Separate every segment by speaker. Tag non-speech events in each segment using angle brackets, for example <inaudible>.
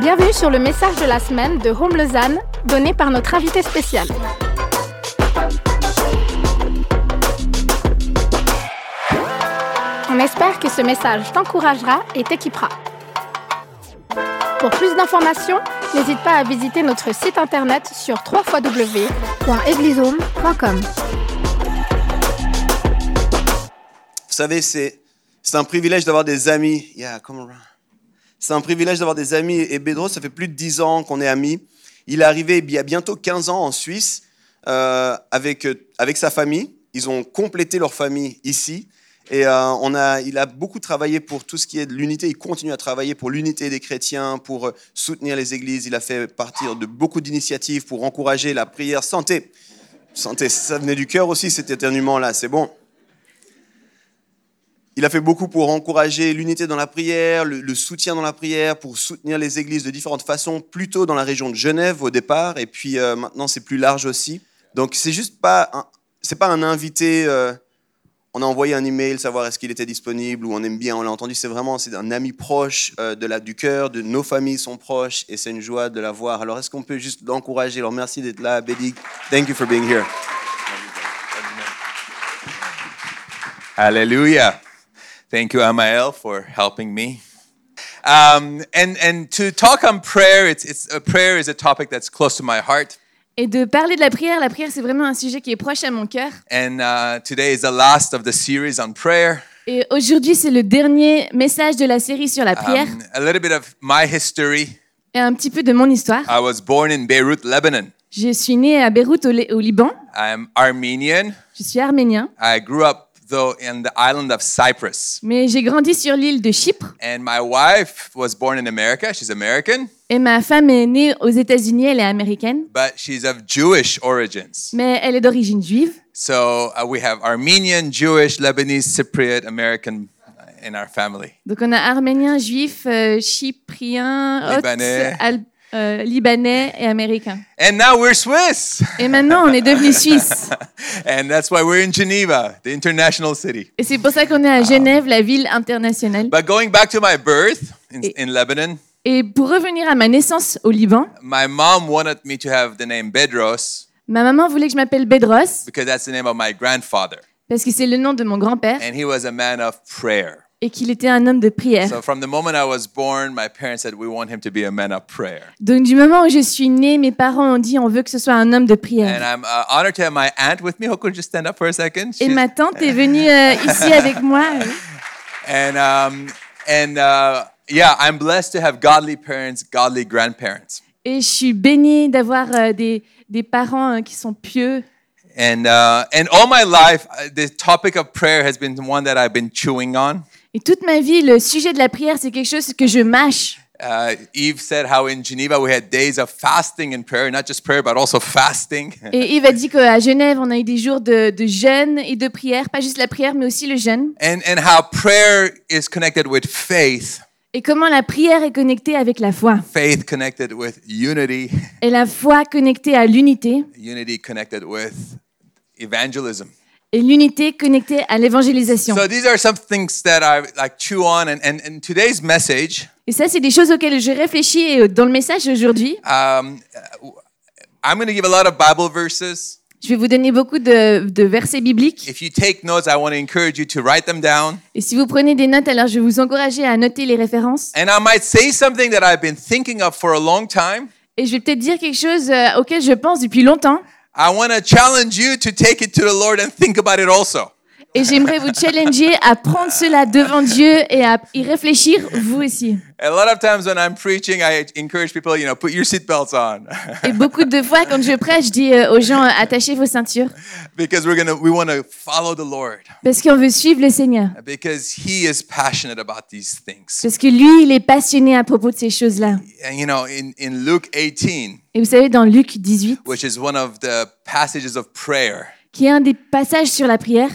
Speaker 1: Bienvenue sur le message de la semaine de Home Lausanne, donné par notre invité spécial. On espère que ce message t'encouragera et t'équipera. Pour plus d'informations, n'hésite pas à visiter notre site internet sur www.eglisome.com.
Speaker 2: Vous savez, c'est, c'est un privilège d'avoir des amis. Yeah, come around. C'est un privilège d'avoir des amis. Et Bedros, ça fait plus de 10 ans qu'on est amis. Il est arrivé il y a bientôt 15 ans en Suisse euh, avec, avec sa famille. Ils ont complété leur famille ici. Et euh, on a, il a beaucoup travaillé pour tout ce qui est de l'unité. Il continue à travailler pour l'unité des chrétiens, pour euh, soutenir les églises. Il a fait partir de beaucoup d'initiatives pour encourager la prière. Santé. Santé, ça venait du cœur aussi, cet éternuement-là. C'est bon. Il a fait beaucoup pour encourager l'unité dans la prière, le, le, soutien dans la prière, pour soutenir les églises de différentes façons, plutôt dans la région de Genève au départ, et puis euh, maintenant c'est plus large aussi. Donc c'est juste pas, c'est pas un invité. Euh, on a envoyé un email, savoir est-ce qu'il était disponible, ou on aime bien, on l'a entendu. C'est vraiment, c'est un ami proche euh, de la, du cœur, de nos familles sont proches, et c'est une joie de la voir. Alors est-ce qu'on peut juste l'encourager, leur merci d'être là, Bédi. Thank you for being here.
Speaker 3: Alléluia. Thank you, Amael, for helping me. Um, and, and to talk on prayer, it's, it's, uh, prayer is a topic that's close to my heart.
Speaker 4: Et de parler de la prière, la prière c'est vraiment un sujet qui est proche à mon cœur.
Speaker 3: And uh, today is the last of the series on prayer.
Speaker 4: Et aujourd'hui c'est le dernier message de la série sur la prière.
Speaker 3: Um, a little bit of my history.
Speaker 4: Et un petit peu de mon histoire.
Speaker 3: I was born in Beirut, Lebanon.
Speaker 4: Je suis né à Beyrouth au, Li- au Liban.
Speaker 3: I'm Armenian.
Speaker 4: Je suis arménien.
Speaker 3: I grew up though in the island of Cyprus.
Speaker 4: Mais j'ai grandi sur l'île de Chypre.
Speaker 3: And my wife was born in America. She's American.
Speaker 4: Et ma femme est née aux États-Unis, elle est américaine.
Speaker 3: But she's of Jewish origins.
Speaker 4: Mais elle est d'origine juive.
Speaker 3: So uh, we have Armenian, Jewish, Lebanese, Cypriot, American uh, in our family.
Speaker 4: Donc on a arménien, juif, euh, chyprien,
Speaker 3: Libanais.
Speaker 4: Hots, al- euh, libanais et américain.
Speaker 3: And now we're Swiss. <laughs>
Speaker 4: Et maintenant on est devenu suisse.
Speaker 3: and that's why we're in Geneva, the international city.
Speaker 4: Et c'est pour ça qu'on est à Genève, la ville internationale.
Speaker 3: But going back to my birth in,
Speaker 4: Et-
Speaker 3: in Lebanon,
Speaker 4: Et pour revenir à ma naissance au Liban,
Speaker 3: my mom wanted me to have the name Bedros
Speaker 4: ma maman voulait que je m'appelle Bedros
Speaker 3: because that's the name of my grandfather.
Speaker 4: parce que c'est le nom de mon grand-père
Speaker 3: And he was a man of prayer.
Speaker 4: et qu'il était un homme de prière.
Speaker 3: So from the moment I was born, my parents said, We want him to be a man of prayer.
Speaker 4: Donc du moment où je suis née, mes parents ont dit on veut que ce soit un homme de
Speaker 3: And
Speaker 4: prière.
Speaker 3: I'm uh, honored to have my aunt with me. Who could just stand up for a second?
Speaker 4: Et
Speaker 3: She's-
Speaker 4: ma tante est venue euh, ici avec moi. euh,
Speaker 3: and um, and uh, yeah, I'm blessed to have godly parents, godly grandparents.
Speaker 4: Et je suis bénie d'avoir euh, des, des parents euh, qui sont pieux.
Speaker 3: And, uh, and all my life, uh, the topic of prayer has been one that I've been chewing on.
Speaker 4: Et toute ma vie, le sujet de la prière, c'est quelque chose que je mâche.
Speaker 3: Uh, Eve said how in Geneva we had days of fasting and prayer, not just prayer, but also fasting. <laughs>
Speaker 4: Et Yves a dit qu'à Genève, on a eu des jours de, de jeûne et de prière, pas juste la prière, mais aussi le jeûne.
Speaker 3: and, and how prayer is connected with faith,
Speaker 4: Et comment la prière est connectée avec la foi.
Speaker 3: faith connected with unity. <laughs>
Speaker 4: Et la foi connectée à l'unité.
Speaker 3: unity connected with evangelism.
Speaker 4: Et l'unité connectée à l'évangélisation.
Speaker 3: So these are some things that I like chew on, and and, and today's message,
Speaker 4: Et ça, c'est des choses auxquelles je réfléchis et euh, dans le message aujourd'hui.
Speaker 3: um, uh, I'm going to give a lot of Bible verses.
Speaker 4: Je vais vous donner beaucoup de, de versets bibliques.
Speaker 3: If you take notes, I want to encourage you to write them down.
Speaker 4: Et si vous prenez des notes, alors je vais vous encourager à noter les références.
Speaker 3: And I might say something that I've been thinking of for a long time.
Speaker 4: Et je vais peut-être dire quelque chose euh, auquel je pense depuis longtemps.
Speaker 3: I want to challenge you to take it to the Lord and think about it also.
Speaker 4: Et j'aimerais vous challenger à prendre cela devant Dieu et à y réfléchir vous aussi.
Speaker 3: A lot of times when I'm preaching, I encourage people, you know, put your seatbelts on, <laughs>
Speaker 4: Et beaucoup de fois, quand je prêche, je dis euh, aux gens euh, attachez vos ceintures
Speaker 3: because we're gonna we want to follow the Lord
Speaker 4: parce qu'on veut suivre le Seigneur.
Speaker 3: because He is passionate about these things.
Speaker 4: Parce que lui, il est passionné à propos de ces choses-là.
Speaker 3: And, you know, in, in Luke 18,
Speaker 4: Et vous savez, dans Luc 18,
Speaker 3: which is one of the passages of prayer,
Speaker 4: qui est un des passages sur la prière,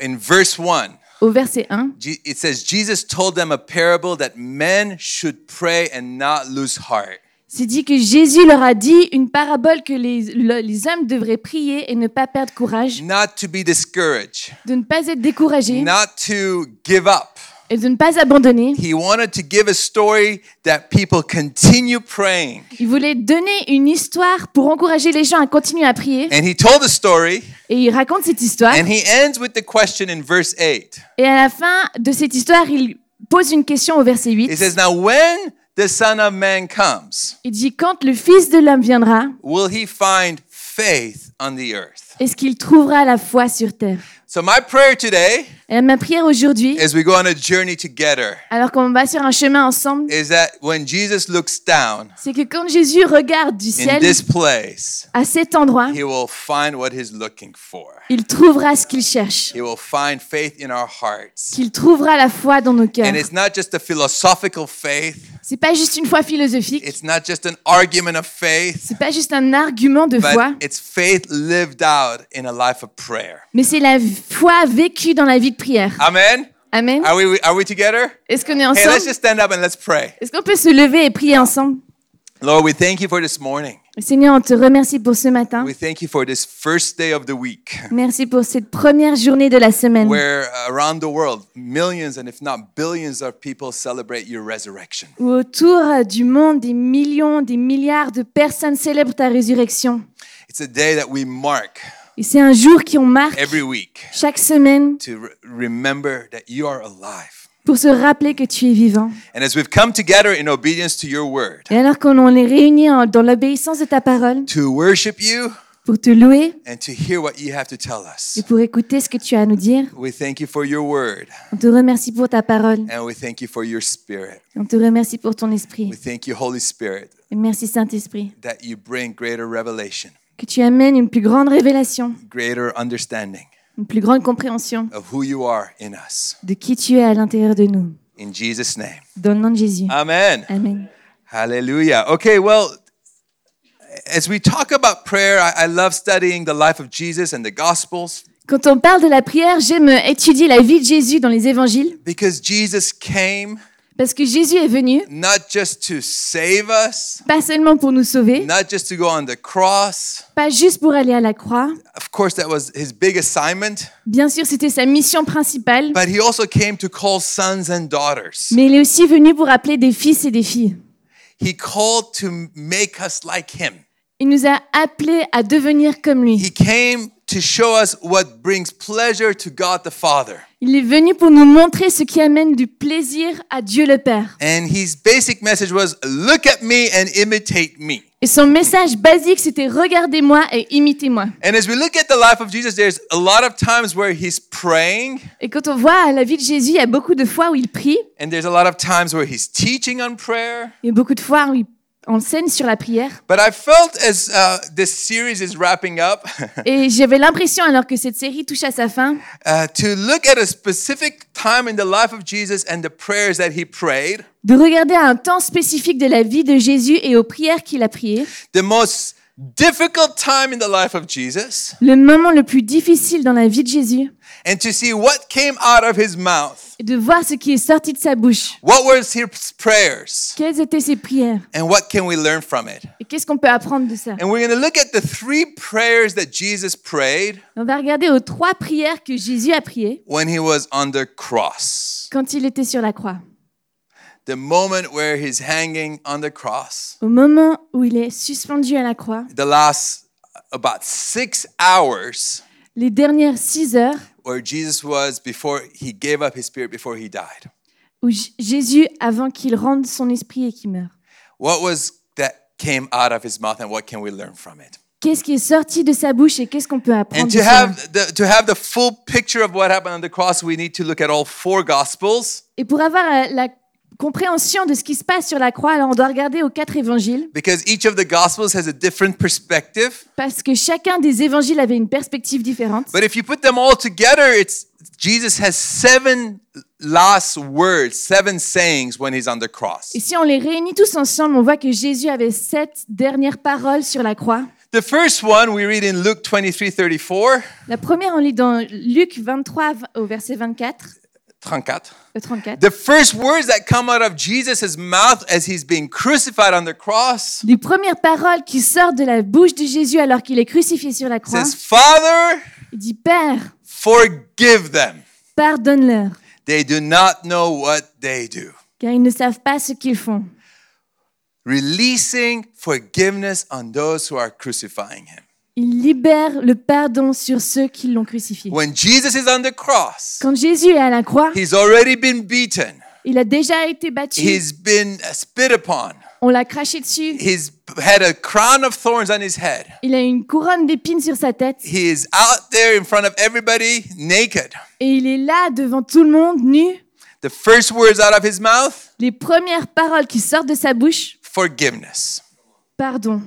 Speaker 3: in verse 1,
Speaker 4: au verset 1,
Speaker 3: Je- it says, Jesus told them a parable that men should pray and not lose heart.
Speaker 4: c'est dit que Jésus leur a dit une parabole que les, le- les hommes devraient prier et ne pas perdre courage,
Speaker 3: Not to be discouraged,
Speaker 4: de ne pas être découragés
Speaker 3: not to give up,
Speaker 4: et et de ne pas abandonner.
Speaker 3: He wanted to give a story that people continue praying.
Speaker 4: Il voulait donner une histoire pour encourager les gens à continuer à prier.
Speaker 3: And he told the story,
Speaker 4: Et il raconte cette histoire.
Speaker 3: and he ends with the question in verse 8.
Speaker 4: Et à la fin de cette histoire, il pose une question au verset
Speaker 3: He
Speaker 4: 8.
Speaker 3: says, Now when the Son of Man comes,
Speaker 4: Il dit, quand le Fils de l'homme viendra,
Speaker 3: will he find faith on the earth?
Speaker 4: est-ce qu'il trouvera la foi sur terre
Speaker 3: So, my prayer today,
Speaker 4: Et ma prière aujourd'hui,
Speaker 3: as we go on a journey together,
Speaker 4: alors qu'on va sur un chemin ensemble,
Speaker 3: is that when Jesus looks down
Speaker 4: c'est que quand Jésus regarde du
Speaker 3: in
Speaker 4: ciel
Speaker 3: this place,
Speaker 4: à cet endroit,
Speaker 3: he will find what he's looking for.
Speaker 4: il trouvera ce qu'il cherche,
Speaker 3: He will find faith in our hearts.
Speaker 4: qu'il trouvera la foi dans nos cœurs.
Speaker 3: And it's not just a philosophical faith,
Speaker 4: C'est pas juste une foi philosophique,
Speaker 3: it's not just an argument of faith,
Speaker 4: c'est pas juste un argument de foi,
Speaker 3: but it's faith lived out in a life of prayer.
Speaker 4: mais c'est la foi vécue dans la vie de prière.
Speaker 3: Amen?
Speaker 4: Amen.
Speaker 3: Are we, are we together?
Speaker 4: Est-ce qu'on est
Speaker 3: Hey, let's
Speaker 4: ensemble
Speaker 3: just stand up and let's pray.
Speaker 4: Est-ce qu'on peut se lever et prier ensemble
Speaker 3: Lord, we thank you for this morning.
Speaker 4: Seigneur, on te remercie pour ce matin.
Speaker 3: We thank you for this first day of the week
Speaker 4: Merci pour cette première journée de la semaine
Speaker 3: where uh, around the world, millions and if not billions of people celebrate your resurrection.
Speaker 4: où autour du monde, des millions, des milliards de personnes célèbrent ta résurrection.
Speaker 3: It's a day that we mark
Speaker 4: Et c'est un jour qui on marque
Speaker 3: every week
Speaker 4: chaque semaine
Speaker 3: to re- remember that you are alive.
Speaker 4: pour se rappeler que tu es vivant.
Speaker 3: And as we've come together in obedience to your word
Speaker 4: Et alors qu'on en est réunis en- dans l'obéissance de ta parole
Speaker 3: to worship you
Speaker 4: pour te louer
Speaker 3: and to hear what you have to tell us,
Speaker 4: et pour écouter ce que tu as à nous dire,
Speaker 3: we thank you for your word
Speaker 4: on te remercie pour ta parole.
Speaker 3: and we thank you for your spirit.
Speaker 4: On te remercie pour ton esprit.
Speaker 3: We thank you, Holy Spirit,
Speaker 4: Et merci Saint-Esprit
Speaker 3: that you bring greater revelation,
Speaker 4: que tu amènes une plus grande révélation,
Speaker 3: greater understanding
Speaker 4: une plus grande compréhension
Speaker 3: of who you are in us.
Speaker 4: de qui tu es à l'intérieur de nous.
Speaker 3: In Jesus' name.
Speaker 4: Dans le nom de Jésus.
Speaker 3: Amen.
Speaker 4: Amen.
Speaker 3: Hallelujah. Okay, well, as we talk about prayer, I, I love studying the life of Jesus and the Gospels
Speaker 4: Quand on parle de la prière, j'aime étudier la vie de Jésus dans les évangiles
Speaker 3: because Jesus came
Speaker 4: parce que Jésus est venu
Speaker 3: not just to save us,
Speaker 4: pas seulement pour nous sauver,
Speaker 3: not just to go on the cross.
Speaker 4: pas juste pour aller à la croix.
Speaker 3: Of course, that was his big assignment,
Speaker 4: Bien sûr, c'était sa mission principale,
Speaker 3: but he also came to call sons and daughters.
Speaker 4: mais il est aussi venu pour appeler des fils et des filles.
Speaker 3: He called to make us like him.
Speaker 4: Il nous a appelés à devenir comme
Speaker 3: He
Speaker 4: lui.
Speaker 3: came to show us what brings pleasure to God the Father.
Speaker 4: Il est venu pour nous montrer ce qui amène du plaisir à Dieu le Père.
Speaker 3: And his basic message was look at me and imitate me.
Speaker 4: Et son message basique, c'était regardez-moi et imitez-moi.
Speaker 3: And as we look at the life of Jesus, there's a lot of times where he's praying,
Speaker 4: Et quand on voit la vie de Jésus, il y a beaucoup de fois où il prie,
Speaker 3: and there's a lot of times where he's teaching on prayer.
Speaker 4: il y a beaucoup de fois où il enseigne sur la prière.
Speaker 3: But I felt as uh, this series is wrapping up <laughs>
Speaker 4: Et j'avais l'impression, alors que cette série touche à sa fin,
Speaker 3: uh, to look at a specific time in the life of Jesus and the prayers that he prayed,
Speaker 4: de regarder à un temps spécifique de la vie de Jésus et aux prières qu'il a priées,
Speaker 3: the most difficult time in the life of Jesus,
Speaker 4: le moment le plus difficile dans la vie de Jésus,
Speaker 3: and to see what came out of his mouth.
Speaker 4: et de voir ce qui est sorti de sa bouche.
Speaker 3: What were his prayers,
Speaker 4: Quelles étaient ses prières
Speaker 3: and what can we learn from it?
Speaker 4: et qu'est-ce qu'on peut apprendre de ça
Speaker 3: And we're going to look at the three prayers that Jesus prayed
Speaker 4: On va regarder aux trois prières que Jésus a priées
Speaker 3: when he was on the cross.
Speaker 4: quand il était sur la croix,
Speaker 3: The moment where he's hanging on the cross,
Speaker 4: au moment où il est suspendu à la croix,
Speaker 3: the last about six hours
Speaker 4: les dernières six heures
Speaker 3: where Jesus was before he gave up his spirit, before he died.
Speaker 4: où J- Jésus, avant qu'il rende son esprit et qu'il meure.
Speaker 3: What was that came out of his mouth and what can we learn from it?
Speaker 4: Qu'est-ce qui est sorti de sa bouche et qu'est-ce qu'on peut apprendre
Speaker 3: And
Speaker 4: de
Speaker 3: to
Speaker 4: cela
Speaker 3: have the, to have the full picture of what happened on the cross, we need to look at all four gospels
Speaker 4: Et pour avoir euh, la compréhension de ce qui se passe sur la croix, alors on doit regarder aux quatre évangiles,
Speaker 3: because each of the gospels has a different perspective.
Speaker 4: parce que chacun des évangiles avait une perspective différente.
Speaker 3: But if you put them all together, it's Jesus has seven last words, seven sayings when he's on the cross.
Speaker 4: Et si on les réunit tous ensemble, on voit que Jésus avait sept dernières paroles sur la croix.
Speaker 3: The first one we read in Luke 23, 34,
Speaker 4: La première, on lit dans Luc 23 v- au verset 24,
Speaker 3: 34.
Speaker 4: euh, 34.
Speaker 3: The first words that come out of Jesus' mouth as he's being crucified on the cross
Speaker 4: Les premières paroles qui sortent de la bouche de Jésus alors qu'il est crucifié sur la croix,
Speaker 3: says, Father,
Speaker 4: il dit Père,
Speaker 3: forgive them.
Speaker 4: pardonne-leur.
Speaker 3: They do not know what they do.
Speaker 4: car ils ne savent pas ce qu'ils font.
Speaker 3: Releasing forgiveness on those who are crucifying him.
Speaker 4: Il libère le pardon sur ceux qui l'ont crucifié.
Speaker 3: When Jesus is on the cross,
Speaker 4: Quand Jésus est à la croix,
Speaker 3: he's already been beaten,
Speaker 4: il a déjà été battu,
Speaker 3: he's been spit upon,
Speaker 4: on l'a craché dessus,
Speaker 3: he's had a crown of thorns on his head.
Speaker 4: il a une couronne d'épines sur sa tête
Speaker 3: He is out there in front of everybody naked.
Speaker 4: et il est là devant tout le monde nu.
Speaker 3: The first words out of his mouth
Speaker 4: Les premières paroles qui sortent de sa bouche,
Speaker 3: forgiveness.
Speaker 4: pardon.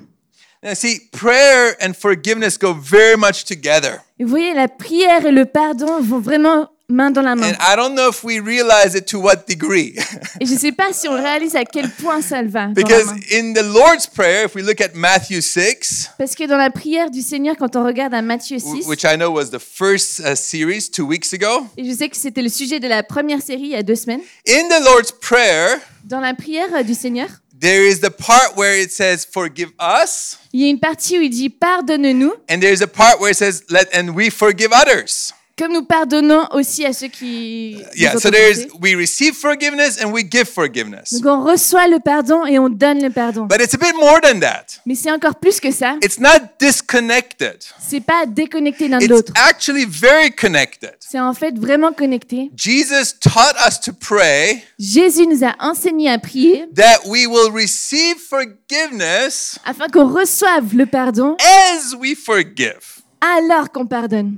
Speaker 3: Now, see, prayer and forgiveness go very much together.
Speaker 4: Et vous voyez, la prière et le pardon vont vraiment main dans la main.
Speaker 3: And I don't know if we realize it to what degree. <laughs>
Speaker 4: Et je ne sais pas si on réalise à quel point ça le va. dans la
Speaker 3: because
Speaker 4: main.
Speaker 3: in the Lord's Prayer, if we look at Matthew 6,
Speaker 4: Parce que dans la prière du Seigneur, quand on regarde à Matthieu
Speaker 3: w-
Speaker 4: 6,
Speaker 3: which I know was the first uh, series two weeks ago,
Speaker 4: et je sais que c'était le sujet de la première série il y a deux semaines,
Speaker 3: in the Lord's Prayer,
Speaker 4: dans la prière euh, du Seigneur,
Speaker 3: there is the part where it says, Forgive us.
Speaker 4: il y a une partie où il dit pardonne-nous,
Speaker 3: And there's a part where it says, Let and we forgive others.
Speaker 4: comme nous pardonnons aussi à ceux qui... nous
Speaker 3: Yeah,
Speaker 4: ont
Speaker 3: so there's,
Speaker 4: offensés.
Speaker 3: we receive forgiveness and we give forgiveness.
Speaker 4: Donc on reçoit le pardon et on donne le pardon.
Speaker 3: But it's a bit more than that.
Speaker 4: Mais c'est encore plus que ça,
Speaker 3: It's not disconnected.
Speaker 4: c'est pas déconnecté l'un de
Speaker 3: It's
Speaker 4: l'autre.
Speaker 3: actually very connected.
Speaker 4: C'est en fait vraiment connecté.
Speaker 3: Jesus taught us to pray
Speaker 4: Jésus nous a enseigné à prier
Speaker 3: that we will receive forgiveness
Speaker 4: afin qu'on reçoive le pardon
Speaker 3: as we forgive.
Speaker 4: alors qu'on pardonne.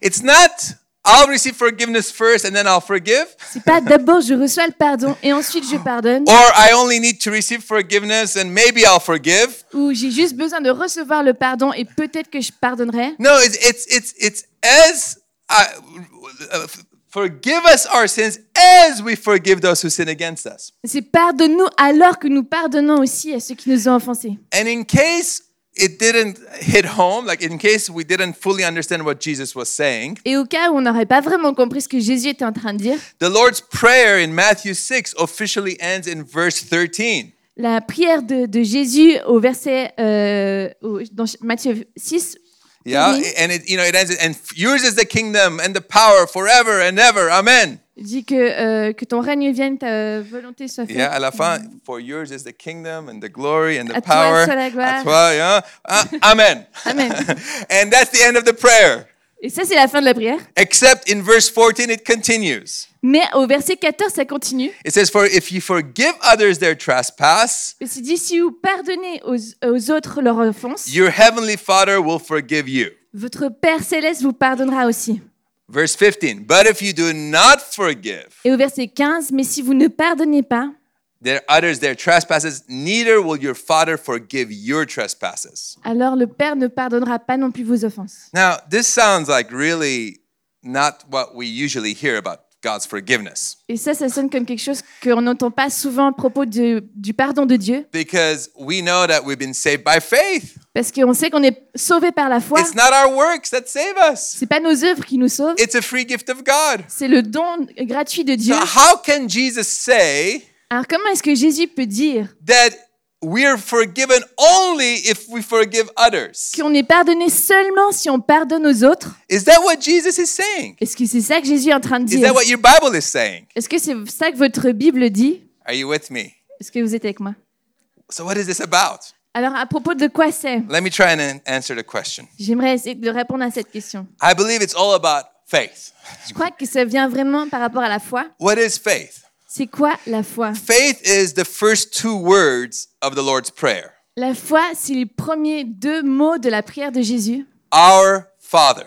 Speaker 3: It's not, I'll receive forgiveness first and then I'll forgive,
Speaker 4: C'est pas d'abord je reçois le pardon et ensuite je pardonne,
Speaker 3: or I only need to receive forgiveness and maybe I'll forgive.
Speaker 4: ou j'ai juste besoin de recevoir le pardon et peut-être que je pardonnerai.
Speaker 3: No, it's, it's, it's, it's as, I, uh, forgive us our sins as we forgive those who sin against us.
Speaker 4: C'est pardonne-nous alors que nous pardonnons aussi à ceux qui nous ont offensés.
Speaker 3: And in case it didn't hit home, like in case we didn't fully understand what Jesus was saying,
Speaker 4: Et au cas où on n'aurait pas vraiment compris ce que Jésus était en train de dire,
Speaker 3: the Lord's Prayer in Matthew 6 officially ends in verse 13.
Speaker 4: la prière de, de Jésus au verset euh, au- dans Matthieu 6,
Speaker 3: Yeah,
Speaker 4: Mhm.
Speaker 3: and it you know it ends and yours is the kingdom and the power forever and ever. Amen.
Speaker 4: dit que, euh, que ton règne vienne, ta volonté soit faite.
Speaker 3: Yeah, à la fin, for yours is the kingdom and the glory and the
Speaker 4: À toi
Speaker 3: power.
Speaker 4: soit la gloire.
Speaker 3: À toi, yeah. Ah, amen.
Speaker 4: Amen.
Speaker 3: <laughs> and that's the end of the prayer.
Speaker 4: Et ça, c'est la fin de la prière.
Speaker 3: Except in verse 14 it continues.
Speaker 4: Mais au verset 14, ça continue.
Speaker 3: It says, For if you forgive others their trespass,
Speaker 4: Il s'est dit, si vous pardonnez aux, aux autres leur offense,
Speaker 3: your heavenly Father will forgive you.
Speaker 4: votre Père céleste vous pardonnera aussi.
Speaker 3: Verse 15, but if you do not forgive
Speaker 4: Et au verset 15, mais si vous ne pardonnez pas
Speaker 3: their others their trespasses, neither will your Father forgive your trespasses.
Speaker 4: alors le Père ne pardonnera pas non plus vos offenses.
Speaker 3: Now, this sounds like really not what we usually hear about God's forgiveness.
Speaker 4: Et ça, ça sonne comme quelque chose qu'on n'entend pas souvent à propos de- du pardon de Dieu,
Speaker 3: Because we know that we've been saved by faith.
Speaker 4: parce qu'on sait qu'on est sauvé par la foi.
Speaker 3: It's not our works that save us,
Speaker 4: C'est pas nos œuvres qui nous sauvent,
Speaker 3: it's a free gift of God.
Speaker 4: c'est le don gratuit de Dieu.
Speaker 3: So, how can Jesus say
Speaker 4: Alors comment est-ce que Jésus peut dire
Speaker 3: that we're forgiven only if we forgive others?
Speaker 4: qu'on est pardonné seulement si on pardonne aux autres
Speaker 3: Is that what Jesus is saying?
Speaker 4: Est-ce que c'est ça que Jésus est en train de
Speaker 3: Is
Speaker 4: dire
Speaker 3: that what your Bible is saying?
Speaker 4: Est-ce que c'est ça que votre Bible dit
Speaker 3: Are you with me?
Speaker 4: Est-ce que vous êtes avec moi
Speaker 3: So, what is this about?
Speaker 4: Alors, à propos de quoi c'est
Speaker 3: Let me try and an- answer the question.
Speaker 4: J'aimerais essayer de répondre à cette question.
Speaker 3: I believe it's all about faith.
Speaker 4: Je crois que ça vient vraiment par rapport à la foi.
Speaker 3: What is faith?
Speaker 4: C'est quoi la foi
Speaker 3: Faith is the first two words of the Lord's Prayer
Speaker 4: La foi, c'est les premiers deux mots de la prière de Jésus.
Speaker 3: Our Father.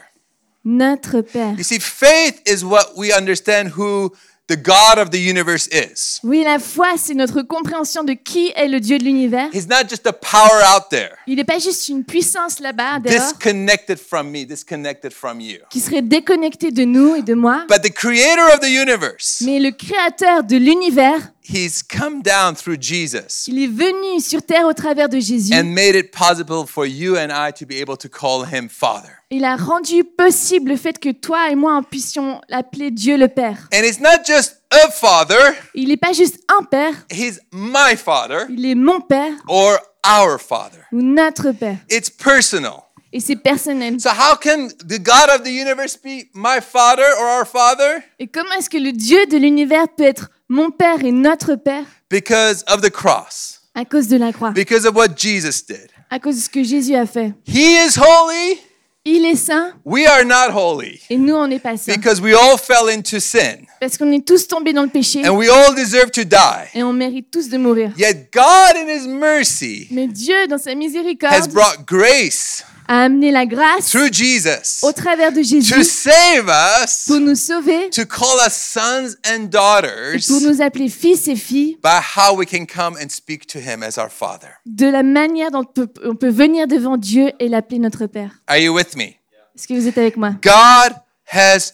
Speaker 4: Notre Père.
Speaker 3: You see, faith is what we understand who the God of the universe is.
Speaker 4: Oui, la foi, c'est notre compréhension de qui est le Dieu de l'univers.
Speaker 3: He's not just a power out there,
Speaker 4: Il n'est pas juste une puissance là-bas, dehors,
Speaker 3: disconnected from me, disconnected from you.
Speaker 4: qui serait déconnectée de nous et de moi.
Speaker 3: But the creator of the universe,
Speaker 4: Mais le Créateur de l'univers,
Speaker 3: he's come down through Jesus
Speaker 4: il est venu sur terre au travers de Jésus.
Speaker 3: and made it possible for you and I to be able to call him Father.
Speaker 4: Il a rendu possible le fait que toi et moi en puissions l'appeler Dieu le Père.
Speaker 3: And it's not just a father,
Speaker 4: Il n'est pas juste un Père,
Speaker 3: he's my father
Speaker 4: il est mon Père
Speaker 3: or our father.
Speaker 4: ou notre Père.
Speaker 3: It's personal.
Speaker 4: et c'est personnel.
Speaker 3: So, how can the God of the universe be my father or our father?
Speaker 4: Et comment est-ce que le Dieu de l'univers peut être mon Père et notre Père
Speaker 3: Because of the cross,
Speaker 4: à cause de la croix,
Speaker 3: because of what Jesus did.
Speaker 4: à cause de ce que Jésus a fait
Speaker 3: He is holy,
Speaker 4: Il est saint
Speaker 3: we are not holy,
Speaker 4: et nous, on n'est pas saints.
Speaker 3: because we all fell into sin
Speaker 4: Parce qu'on est tous tombés dans le péché
Speaker 3: and we all deserve to die.
Speaker 4: et on mérite tous de mourir.
Speaker 3: Yet, God in His mercy
Speaker 4: Mais Dieu, dans sa
Speaker 3: has
Speaker 4: miséricorde,
Speaker 3: brought grace
Speaker 4: a amené la grâce
Speaker 3: through Jesus
Speaker 4: au travers de
Speaker 3: to
Speaker 4: Jésus
Speaker 3: save us,
Speaker 4: pour nous sauver,
Speaker 3: to call us sons and
Speaker 4: et pour
Speaker 3: daughters.
Speaker 4: nous appeler fils et filles,
Speaker 3: by how we can come and speak to him as our father.
Speaker 4: de la manière dont on peut- on peut venir devant Dieu et l'appeler notre Père.
Speaker 3: Are you with me?
Speaker 4: Est-ce que vous êtes avec moi
Speaker 3: God has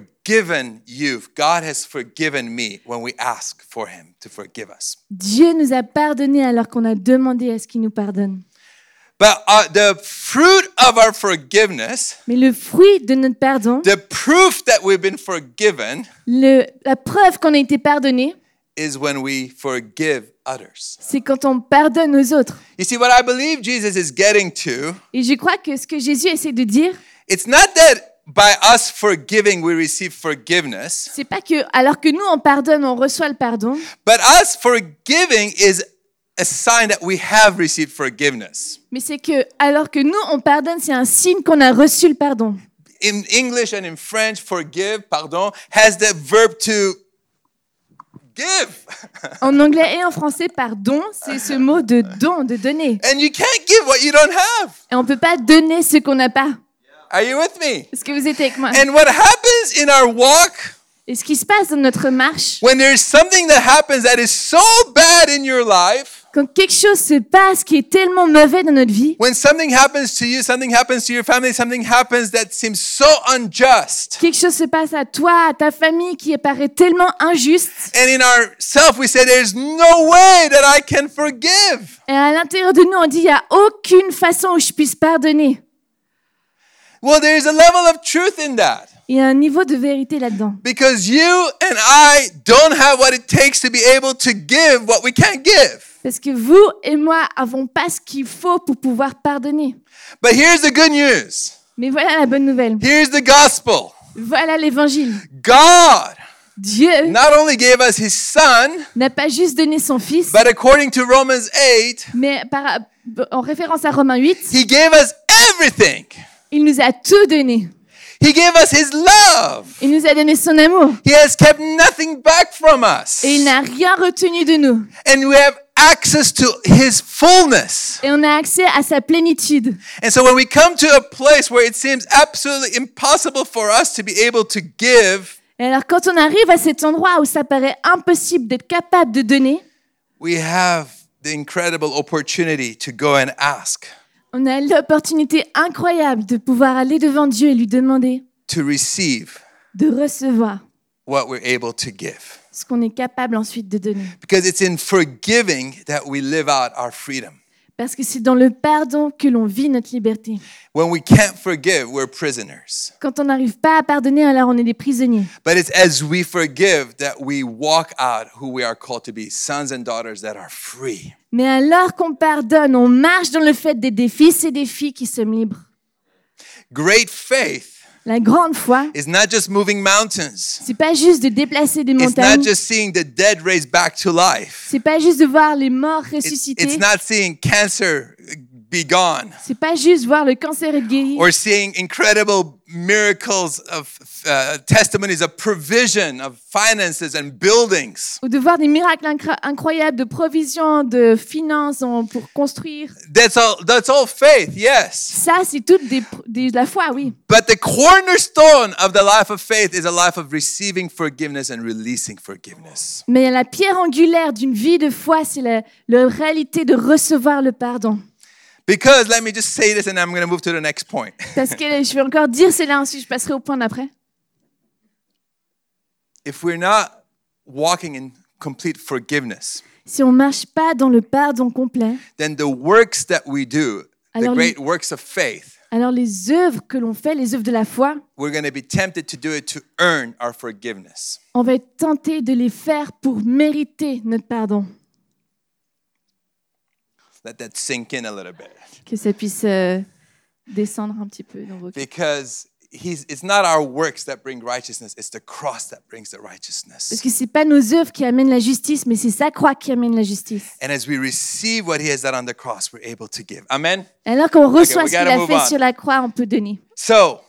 Speaker 3: forgiven you. God has forgiven me when we ask for him to forgive us.
Speaker 4: Dieu nous a pardonné alors qu'on a demandé à ce qu'il nous pardonne.
Speaker 3: But uh, the fruit of our forgiveness,
Speaker 4: Mais le fruit de notre pardon,
Speaker 3: the proof that we've been forgiven,
Speaker 4: le- la preuve qu'on a été pardonné,
Speaker 3: is when we forgive others.
Speaker 4: c'est quand on pardonne aux autres.
Speaker 3: You see, what I believe Jesus is getting to,
Speaker 4: Et je crois que ce que Jésus essaie de dire,
Speaker 3: it's not that by us forgiving we receive forgiveness.
Speaker 4: c'est pas que alors que nous on pardonne, on reçoit le pardon,
Speaker 3: But us forgiving is a sign that we have received forgiveness.
Speaker 4: mais c'est que alors que nous on pardonne, c'est un signe qu'on a reçu le pardon.
Speaker 3: In English and in French, forgive, pardon, has the verb to give. <laughs>
Speaker 4: En anglais et en français, pardon, c'est ce mot de don, de donner.
Speaker 3: and you can't give what you don't have.
Speaker 4: Et on peut pas donner ce qu'on n'a pas.
Speaker 3: Are you with me?
Speaker 4: Est-ce que vous êtes avec moi
Speaker 3: And what happens in our walk
Speaker 4: Et ce qui se passe dans notre marche,
Speaker 3: when there's something that happens that is so bad in your life,
Speaker 4: quand quelque chose se passe qui est tellement mauvais dans notre vie,
Speaker 3: when something happens to you, something happens to your family, something happens that seems so unjust.
Speaker 4: quelque chose se passe à toi, à ta famille qui paraît tellement injuste,
Speaker 3: And in ourself, we say, There's no way that I can forgive.
Speaker 4: et à l'intérieur de nous on dit il n'y a aucune façon où je puisse pardonner.
Speaker 3: Well, there's a level of truth in that
Speaker 4: Il y a un niveau de vérité là-dedans.
Speaker 3: because you and I don't have what it takes to be able to give what we can't give.
Speaker 4: Parce que vous et moi avons pas ce qu'il faut pour pouvoir pardonner.
Speaker 3: But here's the good news
Speaker 4: Mais voilà la bonne nouvelle.
Speaker 3: here's the gospel.
Speaker 4: Voilà l'évangile.
Speaker 3: God
Speaker 4: Dieu
Speaker 3: not only gave us his son,
Speaker 4: n'a pas juste donné son fils,
Speaker 3: but according to Romans 8,
Speaker 4: mais par, en référence à Romains 8,
Speaker 3: he gave us everything.
Speaker 4: il nous a tout donné.
Speaker 3: He gave us his love.
Speaker 4: Il nous a donné son amour.
Speaker 3: He has kept nothing back from us.
Speaker 4: Et il n'a rien retenu de nous.
Speaker 3: And we have access to his fullness.
Speaker 4: Et on a accès à sa plénitude.
Speaker 3: And so when we come to a place where it seems absolutely impossible for us to be able to give,
Speaker 4: Et alors quand on arrive à cet endroit où ça paraît impossible d'être capable de donner,
Speaker 3: we have the incredible opportunity to go and ask,
Speaker 4: on a l'opportunité incroyable de pouvoir aller devant Dieu et lui demander
Speaker 3: to receive
Speaker 4: de recevoir
Speaker 3: what we're able to give.
Speaker 4: ce qu'on est capable ensuite de donner.
Speaker 3: Because it's in forgiving that we live out our freedom.
Speaker 4: Parce que c'est dans le pardon que l'on vit notre liberté.
Speaker 3: When we can't forgive, we're prisoners.
Speaker 4: Quand on n'arrive pas à pardonner, alors on est des prisonniers.
Speaker 3: But it's as we forgive that we walk out who we are called to be sons and daughters that are free.
Speaker 4: Mais alors qu'on pardonne, on marche dans le fait d'être des fils et des filles qui sommes libres.
Speaker 3: Great faith
Speaker 4: La grande foi,
Speaker 3: is not just moving mountains.
Speaker 4: c'est pas juste de déplacer des
Speaker 3: It's not
Speaker 4: montagnes,
Speaker 3: just seeing the dead raised back to life.
Speaker 4: c'est pas juste de voir les morts
Speaker 3: It's,
Speaker 4: ressuscités,
Speaker 3: it's not seeing cancer be gone
Speaker 4: c'est pas juste voir le cancer être guéri,
Speaker 3: or seeing incredible miracles of uh, testimonies of provision of finances and buildings.
Speaker 4: ou de voir des miracles incro- incroyables de provisions, de finances en- pour construire.
Speaker 3: That's all that's all faith, yes.
Speaker 4: Ça, c'est toute des, pr- des- de la foi, oui.
Speaker 3: But the cornerstone of the life of faith is a life of receiving forgiveness and releasing forgiveness.
Speaker 4: Mais la pierre angulaire d'une vie de foi, c'est la, la réalité de recevoir le pardon.
Speaker 3: Because let me just say this and I'm going to move to the next point.
Speaker 4: Parce que je vais encore dire cela, ensuite je passerai au point d'après.
Speaker 3: If we're not walking in complete forgiveness,
Speaker 4: Si on marche pas dans le pardon complet,
Speaker 3: then the works that we do, the
Speaker 4: Alors,
Speaker 3: great works of faith,
Speaker 4: alors les œuvres que l'on fait, les œuvres de la foi,
Speaker 3: we're going to be tempted to do it to earn our forgiveness.
Speaker 4: on va être tenté de les faire pour mériter notre pardon.
Speaker 3: Let that sink in a little bit.
Speaker 4: Que ça puisse euh, descendre un petit peu dans vos cœurs.
Speaker 3: because he's, it's not our works that bring righteousness, it's the cross that brings the
Speaker 4: Parce
Speaker 3: righteousness.
Speaker 4: que c'est pas nos œuvres qui amènent la justice, mais c'est sa croix qui amène la justice.
Speaker 3: And as we receive what he has done on the cross, we're able to give. Amen.
Speaker 4: Alors qu'on reçoit
Speaker 3: we
Speaker 4: ce
Speaker 3: gotta
Speaker 4: qu'il a
Speaker 3: move
Speaker 4: fait
Speaker 3: on.
Speaker 4: sur la croix, on peut donner.
Speaker 3: So,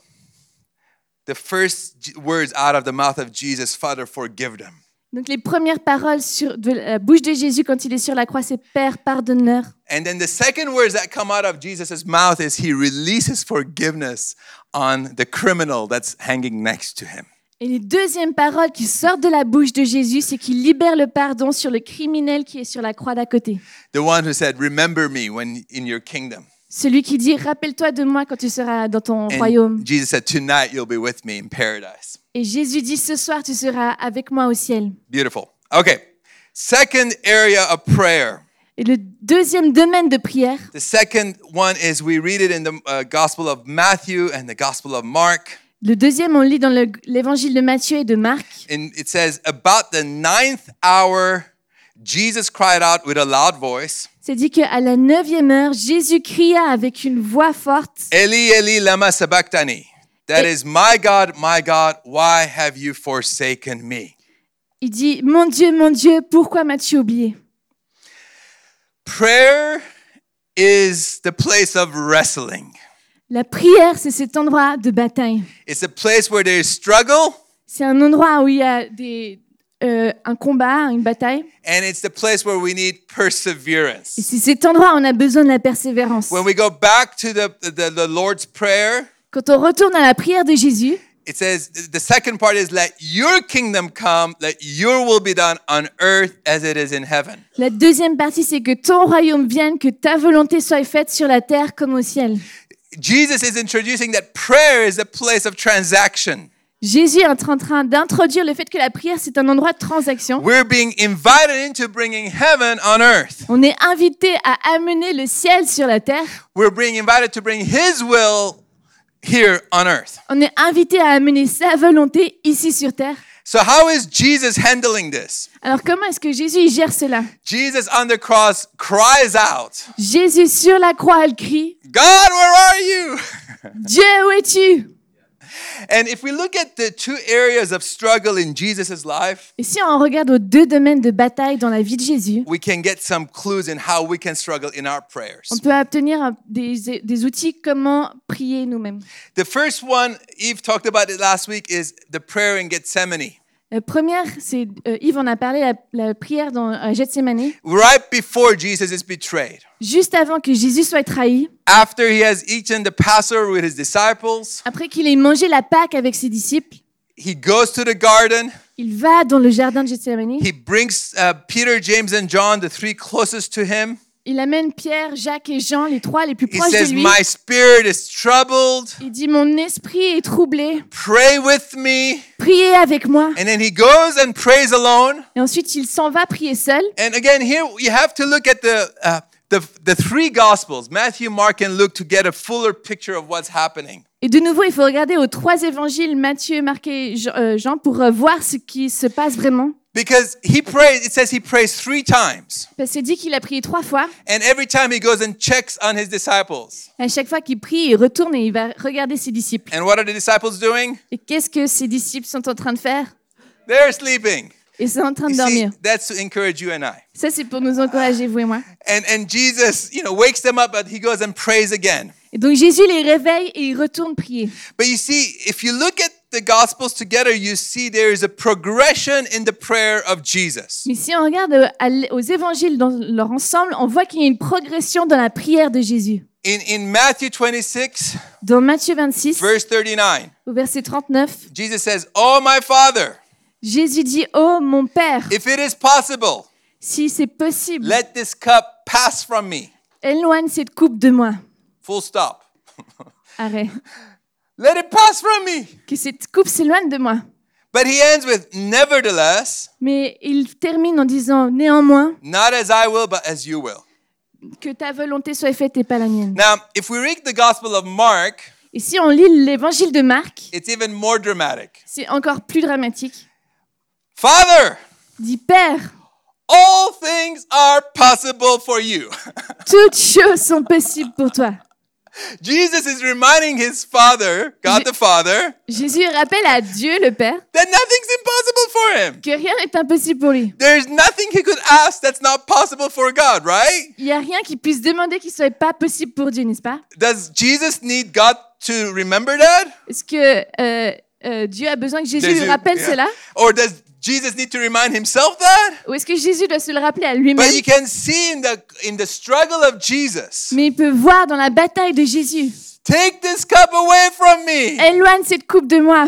Speaker 3: the first j- words out of the mouth of Jesus, Father, forgive them.
Speaker 4: Donc les premières paroles sur, de la bouche de Jésus quand il est sur la croix, c'est Père, pardonne-leur.
Speaker 3: And then the second words that come out of Jesus' mouth is he releases forgiveness on the criminal that's hanging next to him.
Speaker 4: Et les deuxièmes paroles qui sortent de la bouche de Jésus, c'est qu'il libère le pardon sur le criminel qui est sur la croix d'à côté.
Speaker 3: The one who said, Remember me when in your kingdom.
Speaker 4: Celui qui dit, rappelle-toi de moi quand tu seras dans ton royaume.
Speaker 3: And Jesus said, Tonight you'll be with me in paradise.
Speaker 4: Et Jésus dit, ce soir, tu seras avec moi au ciel.
Speaker 3: Beautiful. Okay. Second area of prayer.
Speaker 4: Et le deuxième domaine de prière,
Speaker 3: The second one is we read it in the uh, Gospel of Matthew and the Gospel of Mark.
Speaker 4: le deuxième, on lit dans le- l'évangile de Matthieu et de Marc.
Speaker 3: And it says, About the ninth hour, Jesus cried out with a loud voice,
Speaker 4: C'est dit qu'à la neuvième heure, Jésus cria avec une voix forte.
Speaker 3: Eli, Eli, lama sabachthani. That is, my God, my God, why have you forsaken me?
Speaker 4: Il dit, mon Dieu, mon Dieu, pourquoi m'as-tu oublié
Speaker 3: Prayer is the place of wrestling.
Speaker 4: La prière, c'est cet endroit de bataille.
Speaker 3: It's a place where there is struggle,
Speaker 4: C'est un endroit où il y a des, euh, un combat, une bataille.
Speaker 3: and it's the place where we need perseverance.
Speaker 4: Et c'est cet endroit où on a besoin de la persévérance.
Speaker 3: When we go back to the, the, the Lord's Prayer,
Speaker 4: Quand on retourne à la prière de Jésus,
Speaker 3: it says the second part is let your kingdom come, let your will be done on earth as it is in heaven.
Speaker 4: la deuxième partie, c'est que ton royaume vienne, que ta volonté soit faite sur la terre comme au ciel.
Speaker 3: Jesus is introducing that prayer is a place of transaction.
Speaker 4: Jésus est en train- en train d'introduire le fait que la prière, c'est un endroit de transaction.
Speaker 3: We're being invited into bringing heaven on earth.
Speaker 4: On est invité à amener le ciel sur la terre.
Speaker 3: We're being invited to bring his will here on earth.
Speaker 4: On est invité à amener sa volonté ici sur terre.
Speaker 3: So how is Jesus handling this?
Speaker 4: Alors comment est-ce que Jésus il gère cela
Speaker 3: Jesus on the cross cries out,
Speaker 4: Jésus sur la croix, elle crie,
Speaker 3: "God, where are you?" <laughs>
Speaker 4: Dieu, où es-tu
Speaker 3: And if we look at the two areas of struggle in Jesus' life,
Speaker 4: Et si on regarde aux deux domaines de bataille dans la vie de Jésus,
Speaker 3: we can get some clues in how we can struggle in our prayers.
Speaker 4: on peut obtenir un- des, des outils comment prier nous-mêmes.
Speaker 3: The first one, Eve talked about it last week, is the prayer in Gethsemane.
Speaker 4: La première, c'est euh, Yves en a parlé, la, la prière dans à Gethsemane.
Speaker 3: Right before Jesus is betrayed,
Speaker 4: Juste avant que Jésus soit trahi,
Speaker 3: after he has eaten the Passover with his disciples,
Speaker 4: après qu'il ait mangé la Pâque avec ses disciples,
Speaker 3: he goes to the garden.
Speaker 4: il va dans le jardin de Gethsemane.
Speaker 3: He brings uh, Peter, James, and John, the three closest to him.
Speaker 4: Il amène Pierre, Jacques et Jean, les trois les plus
Speaker 3: He
Speaker 4: proches
Speaker 3: says,
Speaker 4: de lui.
Speaker 3: My spirit is troubled.
Speaker 4: Il dit, mon esprit est troublé,
Speaker 3: Pray with me.
Speaker 4: priez avec moi.
Speaker 3: And then he goes and prays alone.
Speaker 4: Et ensuite, il s'en va prier seul.
Speaker 3: And again, here you have to look at the, uh, the, the three Gospels Matthew, Mark, and Luke to get a fuller picture of what's happening.
Speaker 4: Et de nouveau, il faut regarder aux trois évangiles, Matthieu, Marc et Jean, euh, Jean, pour euh, voir ce qui se passe vraiment.
Speaker 3: Because he prays, it says he prays three times.
Speaker 4: Parce que c'est dit qu'il a prié trois fois.
Speaker 3: And every time he goes and checks on his disciples.
Speaker 4: À chaque fois qu'il prie, il retourne et il va regarder ses disciples.
Speaker 3: And what are the disciples doing?
Speaker 4: Et qu'est-ce que ses disciples sont en train de faire
Speaker 3: They're sleeping.
Speaker 4: Ils sont en train de
Speaker 3: You see,
Speaker 4: dormir.
Speaker 3: that's to encourage you and I.
Speaker 4: Ça, c'est pour nous encourager, vous et moi.
Speaker 3: And, and Jesus, you know, wakes them up, but he goes and prays again.
Speaker 4: Et donc Jésus les réveille et il retourne prier.
Speaker 3: But you see, if you look at the Gospels together, you see there is a progression in the prayer of Jesus.
Speaker 4: Mais si on regarde euh, à l- aux évangiles dans leur ensemble, on voit qu'il y a une progression dans la prière de Jésus.
Speaker 3: In, in Matthew 26,
Speaker 4: Dans Matthieu 26,
Speaker 3: verse 39,
Speaker 4: au verset 39,
Speaker 3: Jesus says, Oh, my Father,
Speaker 4: Jésus dit, Oh mon Père,
Speaker 3: if it is possible,
Speaker 4: si c'est possible,
Speaker 3: let this cup pass from me.
Speaker 4: Éloigne cette coupe de moi.
Speaker 3: Full stop.
Speaker 4: Arrête.
Speaker 3: let it pass from me.
Speaker 4: Que cette coupe s'éloigne de moi.
Speaker 3: But he ends with, Nevertheless,
Speaker 4: Mais il termine en disant Néanmoins,
Speaker 3: not as I will, but as you will.
Speaker 4: que ta volonté soit faite et pas la mienne.
Speaker 3: Now, if we read the Gospel of Mark,
Speaker 4: Et si on lit l'évangile de Marc,
Speaker 3: it's even more dramatic.
Speaker 4: c'est encore plus dramatique.
Speaker 3: Father,
Speaker 4: Il dit Père,
Speaker 3: all things are possible for you. <laughs>
Speaker 4: toutes choses sont possibles pour toi.
Speaker 3: Jesus is reminding his father, God the Father,
Speaker 4: Jésus rappelle à Dieu le Père
Speaker 3: that nothing's impossible for him.
Speaker 4: que rien n'est impossible pour lui.
Speaker 3: There's nothing he could ask that's not possible for God, right?
Speaker 4: Il n'y a rien qui puisse demander qui ne soit pas possible pour Dieu, n'est-ce pas
Speaker 3: Does Jesus need God to remember that?
Speaker 4: Est-ce que euh, euh, Dieu a besoin que Jésus,
Speaker 3: Jésus,
Speaker 4: lui rappelle
Speaker 3: yeah.
Speaker 4: cela
Speaker 3: Or does Jesus need to remind himself that?
Speaker 4: Ou est-ce que Jésus doit se le rappeler à lui-même
Speaker 3: But you can see in the in the struggle of Jesus,
Speaker 4: Mais il peut voir dans la bataille de Jésus
Speaker 3: take this cup away from me.
Speaker 4: Éloigne cette coupe de moi.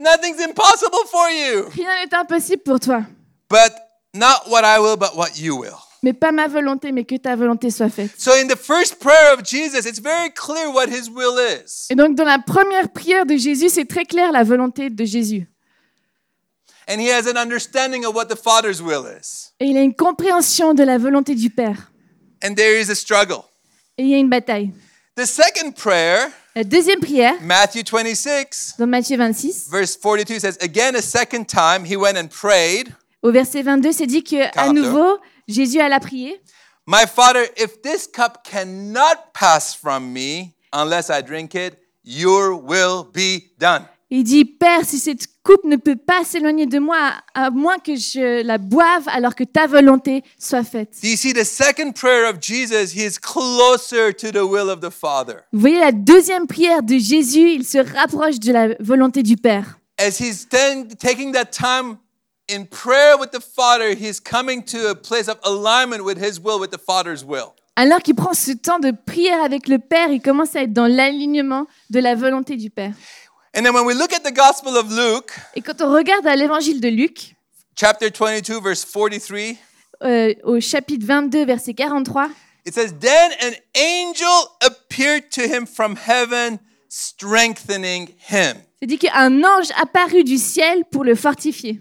Speaker 3: Nothing's impossible for you.
Speaker 4: Rien n'est impossible pour toi.
Speaker 3: But not what I will, but what you will.
Speaker 4: Mais pas ma volonté, mais que ta volonté soit faite.
Speaker 3: So in the first prayer of Jesus, it's very clear what his will is.
Speaker 4: Et donc, dans la première prière de Jésus, c'est très clair la volonté de Jésus.
Speaker 3: And he has an understanding of what the Father's will is.
Speaker 4: Et il a une compréhension de la volonté du Père.
Speaker 3: And there is a struggle.
Speaker 4: Et il y a une bataille.
Speaker 3: The second prayer,
Speaker 4: La deuxième prière,
Speaker 3: Matthew 26,
Speaker 4: dans Matthieu 26,
Speaker 3: verse 42 says, Again, a second time he went and prayed,
Speaker 4: au verset 22, c'est dit que à
Speaker 3: 42.
Speaker 4: nouveau, Jésus alla prier.
Speaker 3: My Father, if this cup cannot pass from me unless I drink it, your will be done.
Speaker 4: Il dit, Père, si cette coupe ne peut pas s'éloigner de moi, à moins que je la boive, alors que ta volonté soit faite.
Speaker 3: Do you see the second prayer of Jesus? He is closer to the will of the Father.
Speaker 4: Vous voyez la deuxième prière de Jésus, il se rapproche de la volonté du Père.
Speaker 3: As he's then taking that time in prayer with the Father, he's coming to a place of alignment with his will, with the Father's will.
Speaker 4: Alors qu'il prend ce temps de prière avec le Père, il commence à être dans l'alignement de la volonté du Père.
Speaker 3: And then when we look at the Gospel of Luke,
Speaker 4: Et quand on regarde à l'évangile de Luc,
Speaker 3: chapter 22, verse 43,
Speaker 4: euh, au chapitre 22, verset 43,
Speaker 3: It says, Then an angel appeared to him from heaven, strengthening him.
Speaker 4: c'est dit qu'un ange apparut du ciel pour le fortifier.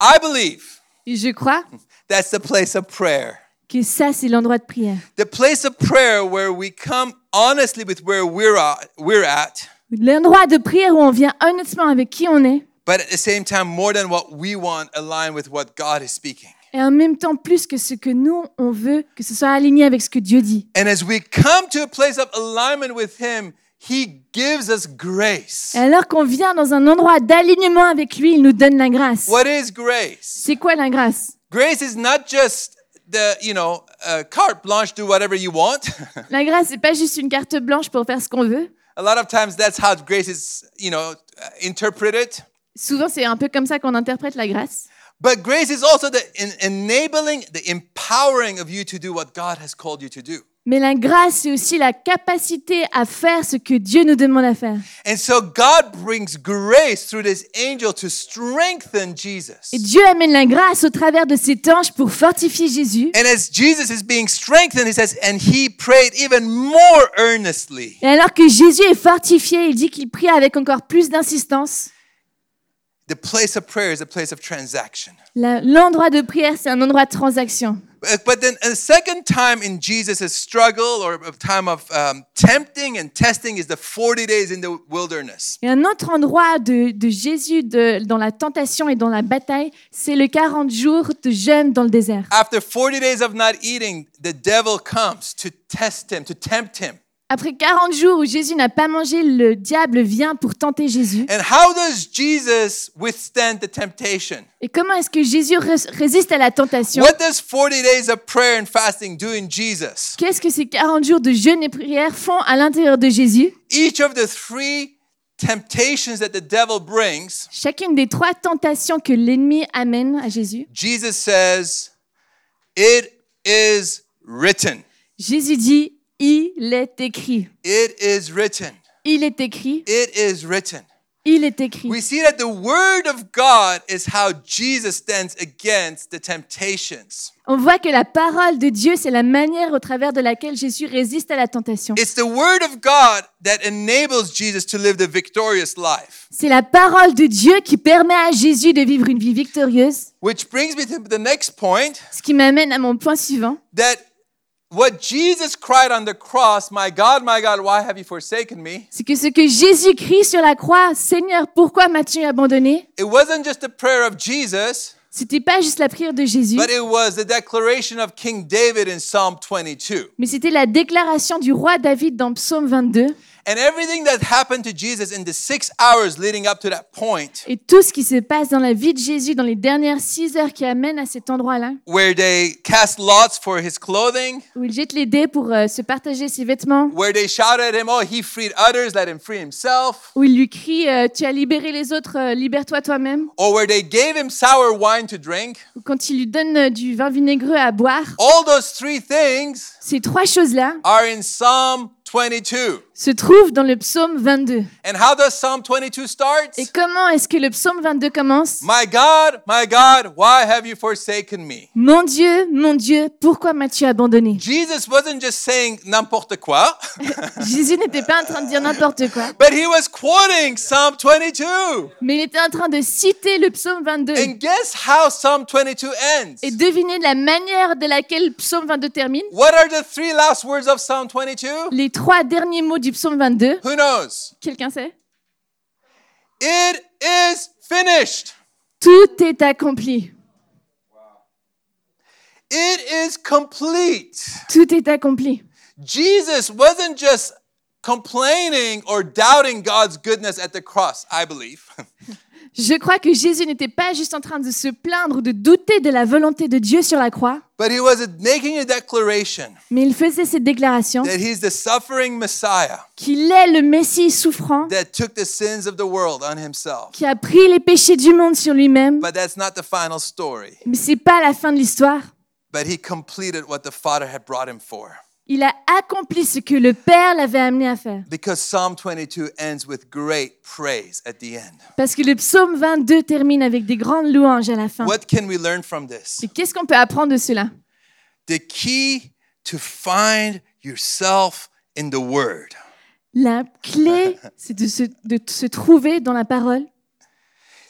Speaker 3: I believe
Speaker 4: Et je crois
Speaker 3: that's the place of prayer.
Speaker 4: que ça, c'est l'endroit de prière.
Speaker 3: The place of prayer where we come honestly with where we're at, we're at,
Speaker 4: L'endroit de prière où on vient honnêtement avec qui on est,
Speaker 3: but at the same time, more than what we want, align with what God is speaking.
Speaker 4: et en même temps plus que ce que nous, on veut, que ce soit aligné avec ce que Dieu dit.
Speaker 3: And as we come to a place of alignment with Him, He gives us grace.
Speaker 4: Et alors qu'on vient dans un endroit d'alignement avec lui, il nous donne la grâce.
Speaker 3: What is grace?
Speaker 4: C'est quoi la grâce
Speaker 3: Grace is not just the, you know, uh, carte blanche, do whatever you want. <laughs>
Speaker 4: La grâce, c'est pas juste une carte blanche pour faire ce qu'on veut.
Speaker 3: A lot of times that's how grace is, you know, uh, interpreted.
Speaker 4: Souvent, c'est un peu comme ça qu'on interprète la grâce.
Speaker 3: But grace is also the en- enabling, the empowering of you to do what God has called you to do.
Speaker 4: Mais la grâce, c'est aussi la capacité à faire ce que Dieu nous demande à faire.
Speaker 3: And so God brings grace through this angel to strengthen Jesus.
Speaker 4: Et Dieu amène la grâce au travers de cet ange pour fortifier Jésus.
Speaker 3: And as Jesus is being strengthened, he says, and he prayed even more earnestly.
Speaker 4: Et alors que Jésus est fortifié, il dit qu'il prie avec encore plus d'insistance.
Speaker 3: The place of prayer is a place of transaction.
Speaker 4: La- L'endroit de prière, c'est un endroit de transaction.
Speaker 3: But but then a second time in Jesus' struggle or a time of um, tempting and testing is the 40 days in the wilderness.
Speaker 4: Et un autre endroit de, de Jésus de- dans la tentation et dans la bataille, c'est le 40 jours de jeûne dans le désert.
Speaker 3: After 40 days of not eating, the devil comes to test him, to tempt him.
Speaker 4: Après 40 jours où Jésus n'a pas mangé, le diable vient pour tenter Jésus.
Speaker 3: And how does Jesus withstand the temptation?
Speaker 4: Et comment est-ce que Jésus rés- résiste à la tentation
Speaker 3: What does 40 days of prayer and fasting do in Jesus?
Speaker 4: Qu'est-ce que ces 40 jours de jeûne et prière font à l'intérieur de Jésus
Speaker 3: Each of the three temptations that the devil brings,
Speaker 4: Chacune des trois tentations que l'ennemi amène à Jésus,
Speaker 3: Jesus says, It is written.
Speaker 4: Jésus dit, il est écrit.
Speaker 3: It is written.
Speaker 4: Il est écrit.
Speaker 3: It is written.
Speaker 4: Il est écrit.
Speaker 3: We see that the word of God is how Jesus stands against the temptations.
Speaker 4: On voit que la parole de Dieu, c'est la manière au travers de laquelle Jésus résiste à la tentation.
Speaker 3: It's the word of God that enables Jesus to live the victorious life.
Speaker 4: C'est la parole de Dieu qui permet à Jésus de vivre une vie victorieuse,
Speaker 3: Which brings me to the next point
Speaker 4: ce qui m'amène à mon point suivant.
Speaker 3: that what Jesus cried on the cross, My God, my God, why have you forsaken me?
Speaker 4: C'est que ce que Jésus crie sur la croix, Seigneur, pourquoi m'as-tu abandonné
Speaker 3: It wasn't just a prayer of Jesus,
Speaker 4: Ce C'était pas juste la prière de Jésus,
Speaker 3: but it was the declaration of King David in Psalm 22.
Speaker 4: mais c'était la déclaration du roi David dans Psaume 22
Speaker 3: And everything that happened to Jesus in the six hours leading up to that point,
Speaker 4: et tout ce qui se passe dans la vie de Jésus dans les dernières six heures qui amènent à cet endroit-là,
Speaker 3: where they cast lots for his clothing,
Speaker 4: où il jette les dés pour euh, se partager ses vêtements,
Speaker 3: where they shouted at him, Oh, he freed others, let him free himself,
Speaker 4: où il lui crie euh, Tu as libéré les autres, euh, libère-toi toi-même »,
Speaker 3: or where they gave him sour wine to drink.
Speaker 4: ou quand il lui donne euh, du vin vinaigreux à boire.
Speaker 3: All those three things
Speaker 4: Ces trois choses-là
Speaker 3: are in Psalm 22.
Speaker 4: se trouvent dans le psaume 22.
Speaker 3: And how does Psalm 22 start?
Speaker 4: Et comment est-ce que le psaume 22 commence
Speaker 3: My God, my God, why have you forsaken me?
Speaker 4: Mon Dieu, mon Dieu, pourquoi
Speaker 3: <laughs>
Speaker 4: m'as-tu abandonné
Speaker 3: Jesus wasn't just saying n'importe quoi, <laughs>
Speaker 4: Jésus n'était pas en train de dire n'importe quoi,
Speaker 3: but he was quoting Psalm 22.
Speaker 4: mais il était en train de citer le psaume 22.
Speaker 3: And guess how Psalm 22 ends?
Speaker 4: Et devinez la manière de laquelle le psaume 22 termine.
Speaker 3: What are the three last words of Psalm 22?
Speaker 4: Les trois derniers mots du psaume 22,
Speaker 3: Who knows?
Speaker 4: quelqu'un sait
Speaker 3: It is finished.
Speaker 4: Tout est accompli.
Speaker 3: It is complete.
Speaker 4: Tout est accompli.
Speaker 3: Jesus wasn't just complaining or doubting God's goodness at the cross, I believe. <laughs>
Speaker 4: Je crois que Jésus n'était pas juste en train de se plaindre ou de douter de la volonté de Dieu sur la croix,
Speaker 3: But he was making a declaration
Speaker 4: mais il faisait cette déclaration
Speaker 3: that he's the suffering Messiah
Speaker 4: qu'il est le Messie souffrant
Speaker 3: that took the sins of the world on himself.
Speaker 4: qui a pris les péchés du monde sur lui-même.
Speaker 3: But that's not the final story.
Speaker 4: Mais c'est pas la fin de l'histoire.
Speaker 3: But he completed what the Father had brought him for.
Speaker 4: Il a accompli ce que le Père l'avait amené à faire.
Speaker 3: Because Psalm 22 ends with great praise at the end.
Speaker 4: Parce que le psaume 22 termine avec des grandes louanges à la fin.
Speaker 3: What can we learn from this?
Speaker 4: Et qu'est-ce qu'on peut apprendre de cela
Speaker 3: The key to find yourself in the Word.
Speaker 4: La clé, c'est de se, de se trouver dans la parole,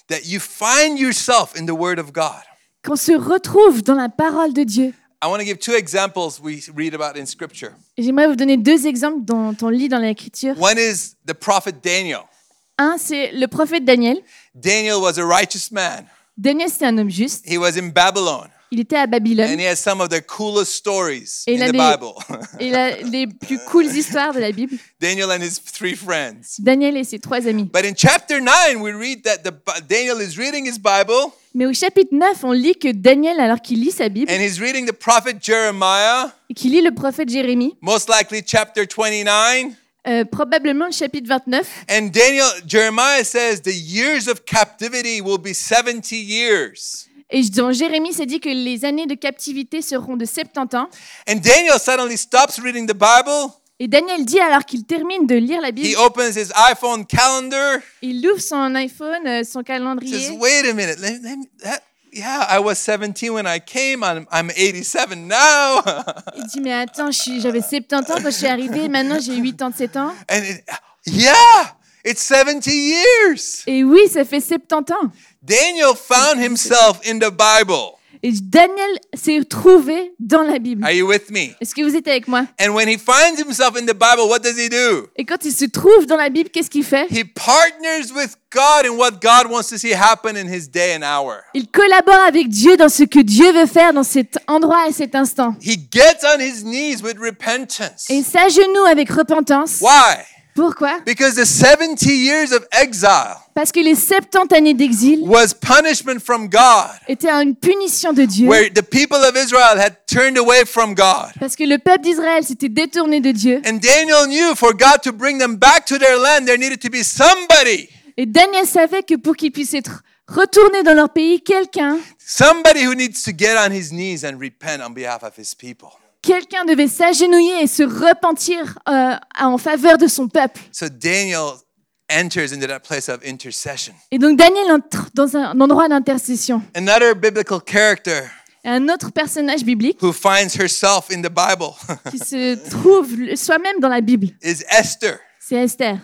Speaker 3: That you find yourself in the Word of God.
Speaker 4: qu'on se retrouve dans la parole de Dieu.
Speaker 3: I want to give two examples we read about in Scripture.
Speaker 4: Et J'aimerais vous donner deux exemples dont on lit dans l'Écriture.
Speaker 3: One is the prophet Daniel.
Speaker 4: Un, c'est le prophète Daniel.
Speaker 3: Daniel was a righteous man.
Speaker 4: Daniel, c'était un homme juste.
Speaker 3: He was in Babylon,
Speaker 4: Il était à
Speaker 3: and
Speaker 4: Babylone.
Speaker 3: he has some of the coolest stories
Speaker 4: Et
Speaker 3: in
Speaker 4: il a
Speaker 3: the
Speaker 4: des-
Speaker 3: Bible. <laughs>
Speaker 4: Et la- les plus cooles histoires de la Bible,
Speaker 3: Daniel and his three friends.
Speaker 4: Daniel et ses trois amis.
Speaker 3: But in chapter 9, we read that the, Bi- Daniel is reading his Bible
Speaker 4: Mais au chapitre 9, on lit que Daniel, alors qu'il lit sa Bible,
Speaker 3: and he's reading the prophet Jeremiah,
Speaker 4: et qu'il lit le prophète Jérémie,
Speaker 3: most likely chapter 29.
Speaker 4: euh, probablement le chapitre 29,
Speaker 3: And Daniel, Jeremiah says the years of captivity will be 70 years.
Speaker 4: et dans Jérémie, c'est dit que les années de captivité seront de 70 ans.
Speaker 3: And Daniel suddenly stops reading the Bible.
Speaker 4: Et Daniel dit, alors qu'il termine de lire la
Speaker 3: He
Speaker 4: Bible,
Speaker 3: opens his iPhone calendar.
Speaker 4: il ouvre son iPhone, euh, son
Speaker 3: Says,
Speaker 4: calendrier,
Speaker 3: wait a minute. Let, let me, that, yeah, I was 17 when I came. I'm, I'm 87 now. <laughs>
Speaker 4: il dit, mais attends, je suis- j'avais 70 ans quand je suis arrivé, maintenant j'ai 87 ans.
Speaker 3: and it, yeah, it's 70 years.
Speaker 4: Et oui, ça fait 70 ans.
Speaker 3: Daniel found himself in the Bible.
Speaker 4: Et Daniel s'est retrouvé dans la Bible.
Speaker 3: Are you with me?
Speaker 4: Est-ce que vous êtes avec moi
Speaker 3: And when he finds himself in the Bible, what does he do?
Speaker 4: Et quand il se trouve dans la Bible, qu'est-ce qu'il fait
Speaker 3: He partners with God in what God wants to see happen in his day and hour.
Speaker 4: Il collabore avec Dieu dans ce que Dieu veut faire dans cet endroit et cet instant.
Speaker 3: He gets on his knees with repentance.
Speaker 4: Et il s'agenouille avec repentance.
Speaker 3: Why?
Speaker 4: Pourquoi
Speaker 3: Because the 70 years of exile
Speaker 4: Parce que les 70 années d'exil
Speaker 3: was punishment from God,
Speaker 4: étaient une punition de Dieu.
Speaker 3: where the people of Israel had turned away from God.
Speaker 4: Parce que le peuple d'Israël s'était détourné de Dieu.
Speaker 3: And Daniel knew for God to bring them back to their land, there needed to be somebody,
Speaker 4: Et Daniel savait que pour qu'ils puissent être retournés dans leur pays, quelqu'un,
Speaker 3: somebody who needs to get on his knees and repent on behalf of his people.
Speaker 4: quelqu'un devait s'agenouiller et se repentir euh, en faveur de son peuple.
Speaker 3: So Daniel enters into that place of intercession.
Speaker 4: Et donc Daniel entre dans un endroit d'intercession.
Speaker 3: Another biblical character
Speaker 4: Et Un autre personnage biblique
Speaker 3: who finds herself in the Bible <laughs>
Speaker 4: qui se trouve le- soi-même dans la Bible,
Speaker 3: is Esther.
Speaker 4: c'est Esther.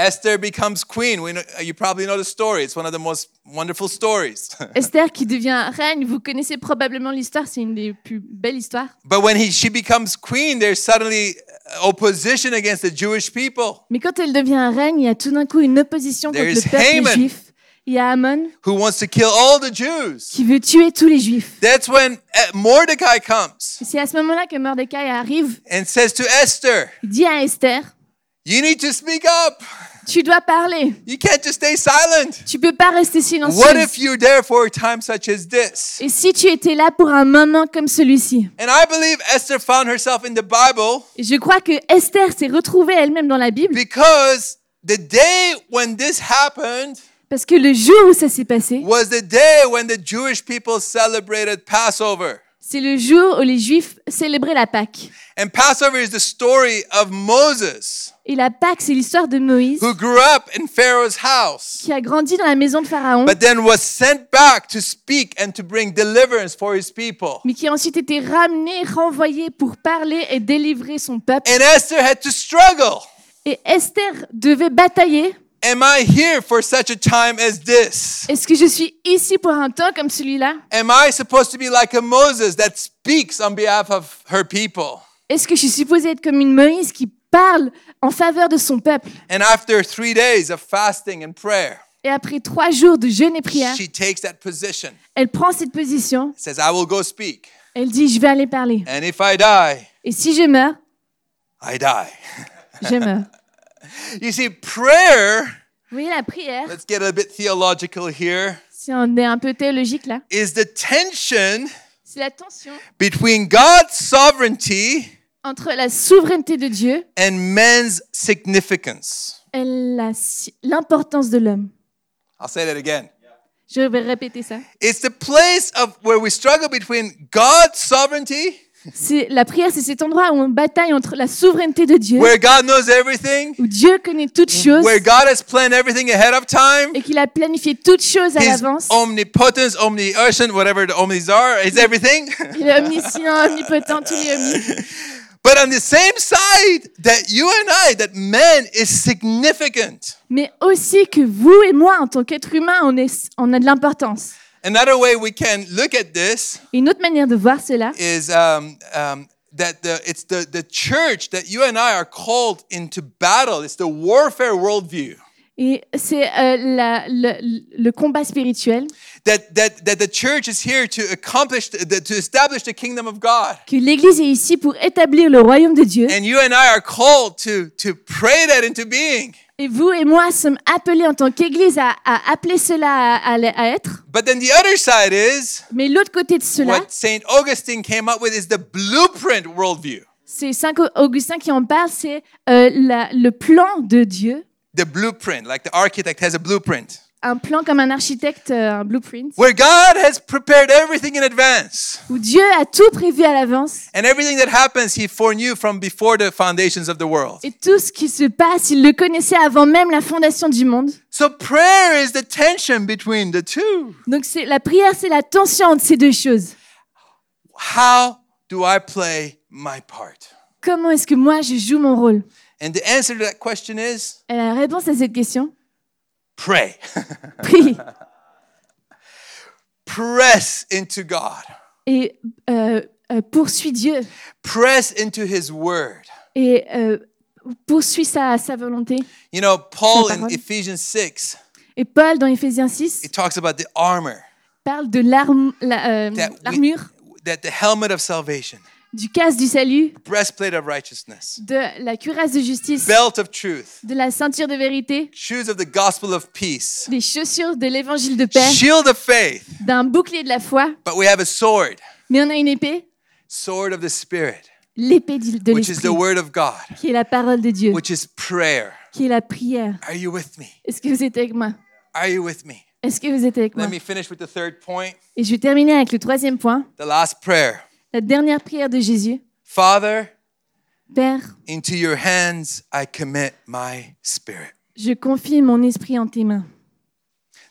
Speaker 3: Esther becomes queen. We know, you probably know the story. It's one of the most wonderful stories. <laughs>
Speaker 4: Esther qui devient reine, vous connaissez probablement l'histoire, c'est une des plus belles histoires.
Speaker 3: but when he, she becomes queen, there's suddenly uh, opposition against the Jewish people.
Speaker 4: Mais quand elle devient reine, il y a tout d'un coup une opposition contre
Speaker 3: There is
Speaker 4: le peuple
Speaker 3: Haman.
Speaker 4: juif. Il y a Amon
Speaker 3: who wants to kill all the Jews.
Speaker 4: qui veut tuer tous les Juifs.
Speaker 3: That's when uh, Mordecai comes
Speaker 4: C'est à ce moment-là que Mordecai arrive.
Speaker 3: and says to Esther,
Speaker 4: Il dit à Esther,
Speaker 3: You need to speak up.
Speaker 4: tu dois parler.
Speaker 3: You can't just stay silent.
Speaker 4: Tu peux pas rester silencieux.
Speaker 3: What if you're there for a time such as this?
Speaker 4: Et si tu étais là pour un moment comme celui-ci
Speaker 3: And I believe Esther found herself in the Bible
Speaker 4: Et Je crois que Esther s'est retrouvée elle-même dans la Bible
Speaker 3: because the day when this happened
Speaker 4: parce que le jour où ça s'est passé,
Speaker 3: was the day when the Jewish people celebrated Passover.
Speaker 4: c'est le jour où les Juifs célébraient la Pâque.
Speaker 3: And Passover is the story of Moses
Speaker 4: Et la Pâque, c'est l'histoire de Moïse
Speaker 3: who grew up in Pharaoh's house.
Speaker 4: qui a grandi dans la maison de Pharaon,
Speaker 3: but then was sent back to speak and to bring deliverance for his people.
Speaker 4: mais qui a ensuite été ramené, renvoyé pour parler et délivrer son peuple.
Speaker 3: And Esther had to struggle.
Speaker 4: Et Esther devait batailler.
Speaker 3: Am I here for such a time as this?
Speaker 4: Est-ce que je suis ici pour un temps comme celui-là
Speaker 3: Am I supposed to be like a Moses that speaks on behalf of her people?
Speaker 4: Est-ce que je suis supposée être comme une Moïse qui parle en faveur de son peuple
Speaker 3: And after three days of fasting and prayer,
Speaker 4: Et après trois jours de jeûne et prière,
Speaker 3: she takes that position.
Speaker 4: elle prend cette position.
Speaker 3: Says, I will go speak.
Speaker 4: Elle dit, je vais aller parler.
Speaker 3: And if I die,
Speaker 4: Et si je meurs,
Speaker 3: I die.
Speaker 4: je meurs.
Speaker 3: You see, prayer,
Speaker 4: Vous voyez, la prière,
Speaker 3: let's get a bit theological here,
Speaker 4: si on est un peu théologique là,
Speaker 3: is the tension
Speaker 4: c'est la tension
Speaker 3: between God's sovereignty
Speaker 4: entre la souveraineté de Dieu
Speaker 3: and men's significance.
Speaker 4: et la si- l'importance de l'homme.
Speaker 3: I'll say that again.
Speaker 4: Je vais répéter ça.
Speaker 3: It's the place of where we struggle between God's sovereignty,
Speaker 4: C'est la prière, c'est cet endroit où on bataille entre la souveraineté de Dieu,
Speaker 3: where God knows everything,
Speaker 4: où Dieu connaît toutes choses
Speaker 3: where God has planned everything ahead of time.
Speaker 4: et qu'il a planifié toutes choses à
Speaker 3: His
Speaker 4: l'avance.
Speaker 3: omnipotence, omniscient, whatever the omnis are, is everything. <laughs>
Speaker 4: Il est omniscient, omnipotent, il est omni.
Speaker 3: but on the same side that you and I, that man is significant.
Speaker 4: Mais aussi que vous et moi, en tant qu'êtres humains, on, est, on a de l'importance.
Speaker 3: Another way we can look at this
Speaker 4: Une autre manière de voir cela,
Speaker 3: is um, um, that the, it's the, the church that you and I are called into battle. It's the warfare worldview.
Speaker 4: et c'est euh, la- le, le combat spirituel,
Speaker 3: That, that, that the church is here to accomplish, the, the- to establish the kingdom of God.
Speaker 4: que l'Église est ici pour établir le royaume de Dieu.
Speaker 3: And you and I are called to, to pray that into being.
Speaker 4: Et vous et moi sommes appelés en tant qu'Église à, à appeler cela à, à l- à être.
Speaker 3: But then the other side is
Speaker 4: Mais l'autre côté de cela,
Speaker 3: what St. Augustine came up with is the blueprint worldview.
Speaker 4: c'est Saint Augustin qui en parle, c'est euh, la- le plan de Dieu,
Speaker 3: The blueprint, like the architect has a blueprint,
Speaker 4: un plan comme un architecte, euh, un blueprint,
Speaker 3: where God has prepared everything in advance.
Speaker 4: où Dieu a tout prévu à l'avance.
Speaker 3: And everything that happens, he foreknew from before the foundations of the world.
Speaker 4: Et tout ce qui se passe, il le connaissait avant même la fondation du monde.
Speaker 3: So prayer is the tension between the two.
Speaker 4: Donc c'est la prière, c'est la tension entre ces deux choses.
Speaker 3: How do I play my part?
Speaker 4: Comment est-ce que moi je joue mon rôle
Speaker 3: And the answer to that question is
Speaker 4: Et La réponse à cette question <laughs>
Speaker 3: pray. <laughs>
Speaker 4: Prie
Speaker 3: Press into God.
Speaker 4: et euh, euh, poursuis Dieu
Speaker 3: Press into his word.
Speaker 4: et euh, poursuis sa, sa volonté.
Speaker 3: You know, Paul in
Speaker 4: Parole.
Speaker 3: Ephesians 6,
Speaker 4: Et Paul, dans Éphésiens 6,
Speaker 3: it talks about the armor,
Speaker 4: parle de l'arm- la, euh,
Speaker 3: That we-
Speaker 4: l'armure,
Speaker 3: that the helmet of salvation,
Speaker 4: du casse du salut,
Speaker 3: breastplate of righteousness,
Speaker 4: de la cuirasse de justice,
Speaker 3: belt of truth,
Speaker 4: de la ceinture de vérité,
Speaker 3: shoes of the gospel of peace,
Speaker 4: des chaussures de l'évangile de paix,
Speaker 3: shield of faith,
Speaker 4: d'un bouclier de la foi.
Speaker 3: but we have a sword,
Speaker 4: Mais on a une épée
Speaker 3: sword of the spirit,
Speaker 4: l'épée d'il- de
Speaker 3: which is the
Speaker 4: l'esprit,
Speaker 3: word of God,
Speaker 4: qui est la parole de Dieu,
Speaker 3: which is prayer.
Speaker 4: qui est la prière.
Speaker 3: Are you with me?
Speaker 4: Est-ce que vous êtes avec moi
Speaker 3: Are you with me?
Speaker 4: Est-ce que vous êtes avec moi
Speaker 3: Let me finish with the third point,
Speaker 4: Et je vais terminer avec le troisième point,
Speaker 3: the last prayer.
Speaker 4: la dernière prière de Jésus.
Speaker 3: Father,
Speaker 4: Père,
Speaker 3: into your hands I commit my spirit.
Speaker 4: je confie mon esprit en tes mains.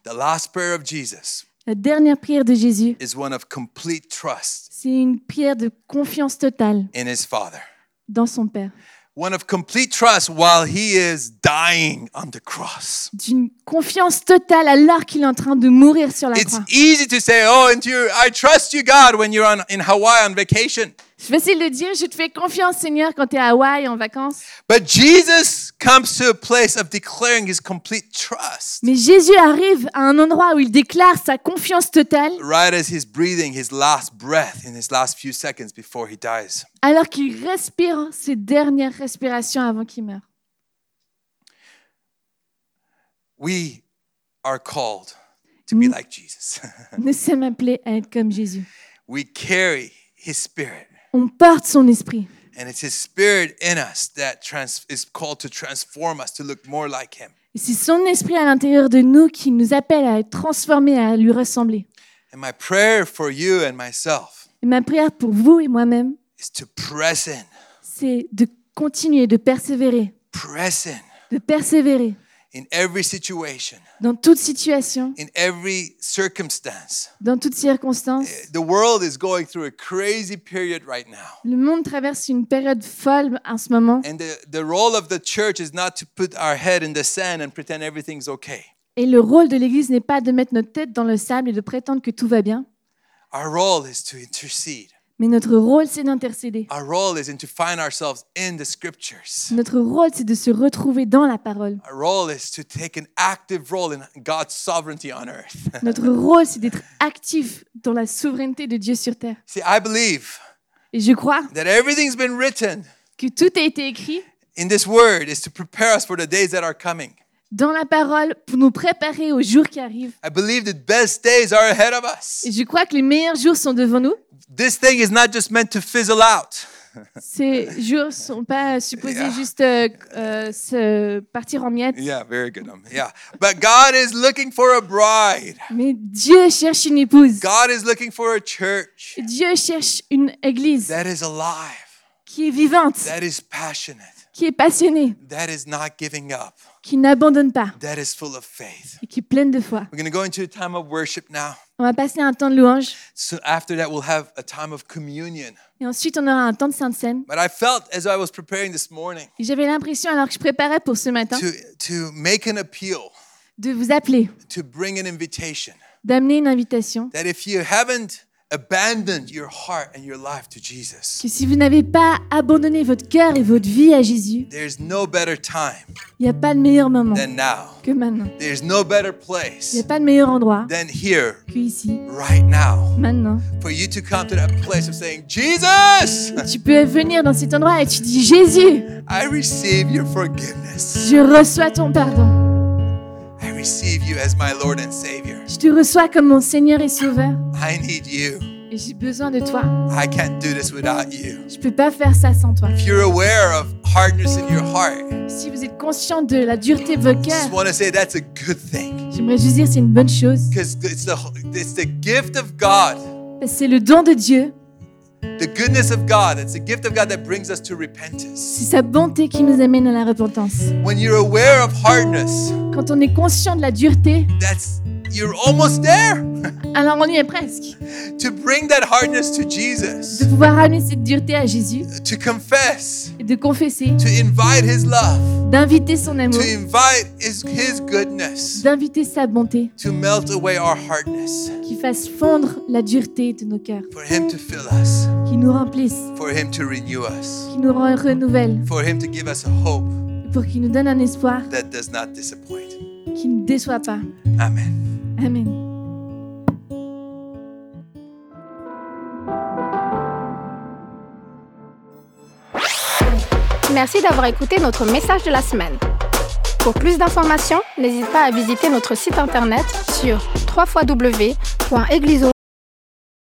Speaker 3: The last prayer of Jesus
Speaker 4: La dernière prière de Jésus,
Speaker 3: is one of complete trust
Speaker 4: c'est une prière de confiance totale
Speaker 3: in his Father,
Speaker 4: dans son Père,
Speaker 3: one of complete trust while he is dying on the cross.
Speaker 4: d'une confiance totale alors qu'il est en train de mourir sur la
Speaker 3: It's
Speaker 4: croix.
Speaker 3: easy to say, "Oh, into your, I trust you, God," when you're on, in Hawaii on vacation.
Speaker 4: C'est facile de dire, je te fais confiance Seigneur quand tu es à Hawaï en vacances.
Speaker 3: But Jesus comes to a place of declaring his complete trust.
Speaker 4: Mais Jésus arrive à un endroit où il déclare sa confiance totale
Speaker 3: Right as he's breathing his last breath in his last few seconds before he dies.
Speaker 4: alors qu'il respire ses dernières respirations avant qu'il meure.
Speaker 3: We are called to be
Speaker 4: Mm.
Speaker 3: like Jesus. <laughs>
Speaker 4: Nous sommes appelés à être comme Jésus.
Speaker 3: we carry his spirit,
Speaker 4: On porte son esprit.
Speaker 3: and it's his spirit in us that trans- is called to transform us to look more like him.
Speaker 4: Et c'est son esprit à l'intérieur de nous qui nous appelle à être transformés, à lui ressembler.
Speaker 3: And my prayer for you and myself
Speaker 4: Et ma prière pour vous et moi-même,
Speaker 3: is to press in,
Speaker 4: c'est de continuer, de persévérer,
Speaker 3: press in
Speaker 4: de persévérer
Speaker 3: in every situation,
Speaker 4: dans toute situation,
Speaker 3: in every circumstance.
Speaker 4: dans toutes circonstances.
Speaker 3: The world is going through a crazy period right now.
Speaker 4: Le monde traverse une période folle en ce moment.
Speaker 3: And the, the role of the church is not to put our head in the sand and pretend everything's okay.
Speaker 4: Et le rôle de l'Église n'est pas de mettre notre tête dans le sable et de prétendre que tout va bien.
Speaker 3: Our role is to intercede.
Speaker 4: Mais notre rôle, c'est d'intercéder.
Speaker 3: Our role is in to find ourselves in the scriptures.
Speaker 4: Notre rôle, c'est de se retrouver dans la parole.
Speaker 3: Our role is to take an active role in God's sovereignty on earth. <laughs>
Speaker 4: Notre rôle, c'est d'être actif dans la souveraineté de Dieu sur terre.
Speaker 3: See, I believe
Speaker 4: Et je crois
Speaker 3: that everything's been written
Speaker 4: que tout a été écrit
Speaker 3: in this word is to prepare us for the days that are coming.
Speaker 4: dans la parole pour nous préparer aux jours qui arrivent.
Speaker 3: I believe the best days are ahead of us.
Speaker 4: Et je crois que les meilleurs jours sont devant nous.
Speaker 3: This thing is not just meant to fizzle out.
Speaker 4: Ces jours sont pas supposés
Speaker 3: Yeah.
Speaker 4: juste euh, euh, se partir en miettes.
Speaker 3: Yeah, very good. Um, yeah. But God is looking for a bride.
Speaker 4: Mais Dieu cherche une épouse.
Speaker 3: God is looking for a church
Speaker 4: Dieu cherche une église
Speaker 3: that is alive,
Speaker 4: qui est vivante,
Speaker 3: that is passionate,
Speaker 4: qui est passionnée,
Speaker 3: that is not giving up,
Speaker 4: qui n'abandonne pas
Speaker 3: that is full of faith.
Speaker 4: et qui est pleine de foi.
Speaker 3: We're going to go into a time of worship now.
Speaker 4: On va passer un temps de louange
Speaker 3: So after that, we'll have a time of communion.
Speaker 4: et ensuite on aura un temps de sainte scène.
Speaker 3: But I felt as I was preparing this morning
Speaker 4: Et J'avais l'impression, alors que je préparais pour ce matin,
Speaker 3: to, to make an appeal,
Speaker 4: de vous appeler,
Speaker 3: to bring an invitation
Speaker 4: d'amener une invitation.
Speaker 3: that if you haven't abandoned your heart and your life to Jesus,
Speaker 4: Que si vous n'avez pas abandonné votre cœur et votre vie à Jésus,
Speaker 3: there's no better time
Speaker 4: il n'y a pas de meilleur moment
Speaker 3: than now.
Speaker 4: que maintenant.
Speaker 3: There's no better
Speaker 4: Il n'y a
Speaker 3: place
Speaker 4: pas de meilleur endroit
Speaker 3: than here,
Speaker 4: que ici,
Speaker 3: right now,
Speaker 4: maintenant.
Speaker 3: for you to come to that place of saying, Jesus,
Speaker 4: Tu peux venir dans cet endroit et tu dis Jésus,
Speaker 3: I receive your forgiveness.
Speaker 4: je reçois ton pardon.
Speaker 3: I receive you as my Lord and Savior.
Speaker 4: Je te reçois comme mon Seigneur et Sauveur.
Speaker 3: I need you.
Speaker 4: Et j'ai besoin de toi.
Speaker 3: I can't do this without you.
Speaker 4: Je peux pas faire ça sans toi.
Speaker 3: If you're aware of hardness in your heart,
Speaker 4: Si vous êtes conscient de la dureté de vos
Speaker 3: I just
Speaker 4: cœurs,
Speaker 3: want to say that's a good thing
Speaker 4: j'aimerais juste dire c'est une bonne chose.
Speaker 3: because it's the, it's the gift of God,
Speaker 4: Parce que c'est le don de Dieu,
Speaker 3: the goodness of God. It's the gift of God that brings us to repentance.
Speaker 4: c'est sa bonté qui nous amène à la repentance.
Speaker 3: When you're aware of hardness,
Speaker 4: Quand on est conscient de la dureté,
Speaker 3: that's you're almost there
Speaker 4: alors on y est presque.
Speaker 3: to bring that hardness to
Speaker 4: De
Speaker 3: Jesus,
Speaker 4: pouvoir amener cette dureté à Jésus
Speaker 3: to confess,
Speaker 4: et de confesser,
Speaker 3: to invite His love,
Speaker 4: d'inviter son amour,
Speaker 3: to invite His, his goodness,
Speaker 4: d'inviter sa bonté
Speaker 3: to melt away our hardness,
Speaker 4: qui fasse fondre la dureté de nos cœurs,
Speaker 3: for Him to fill us,
Speaker 4: qui nous remplisse,
Speaker 3: for Him to renew us,
Speaker 4: qui nous re- renouvelle,
Speaker 3: for Him to give us a hope.
Speaker 4: pour qu'il nous donne un espoir
Speaker 3: that does not disappoint.
Speaker 4: qui ne déçoit pas.
Speaker 3: Amen.
Speaker 4: Amen.
Speaker 1: Merci d'avoir écouté notre message de la semaine. Pour plus d'informations, n'hésite pas à visiter notre site internet sur www.egliseau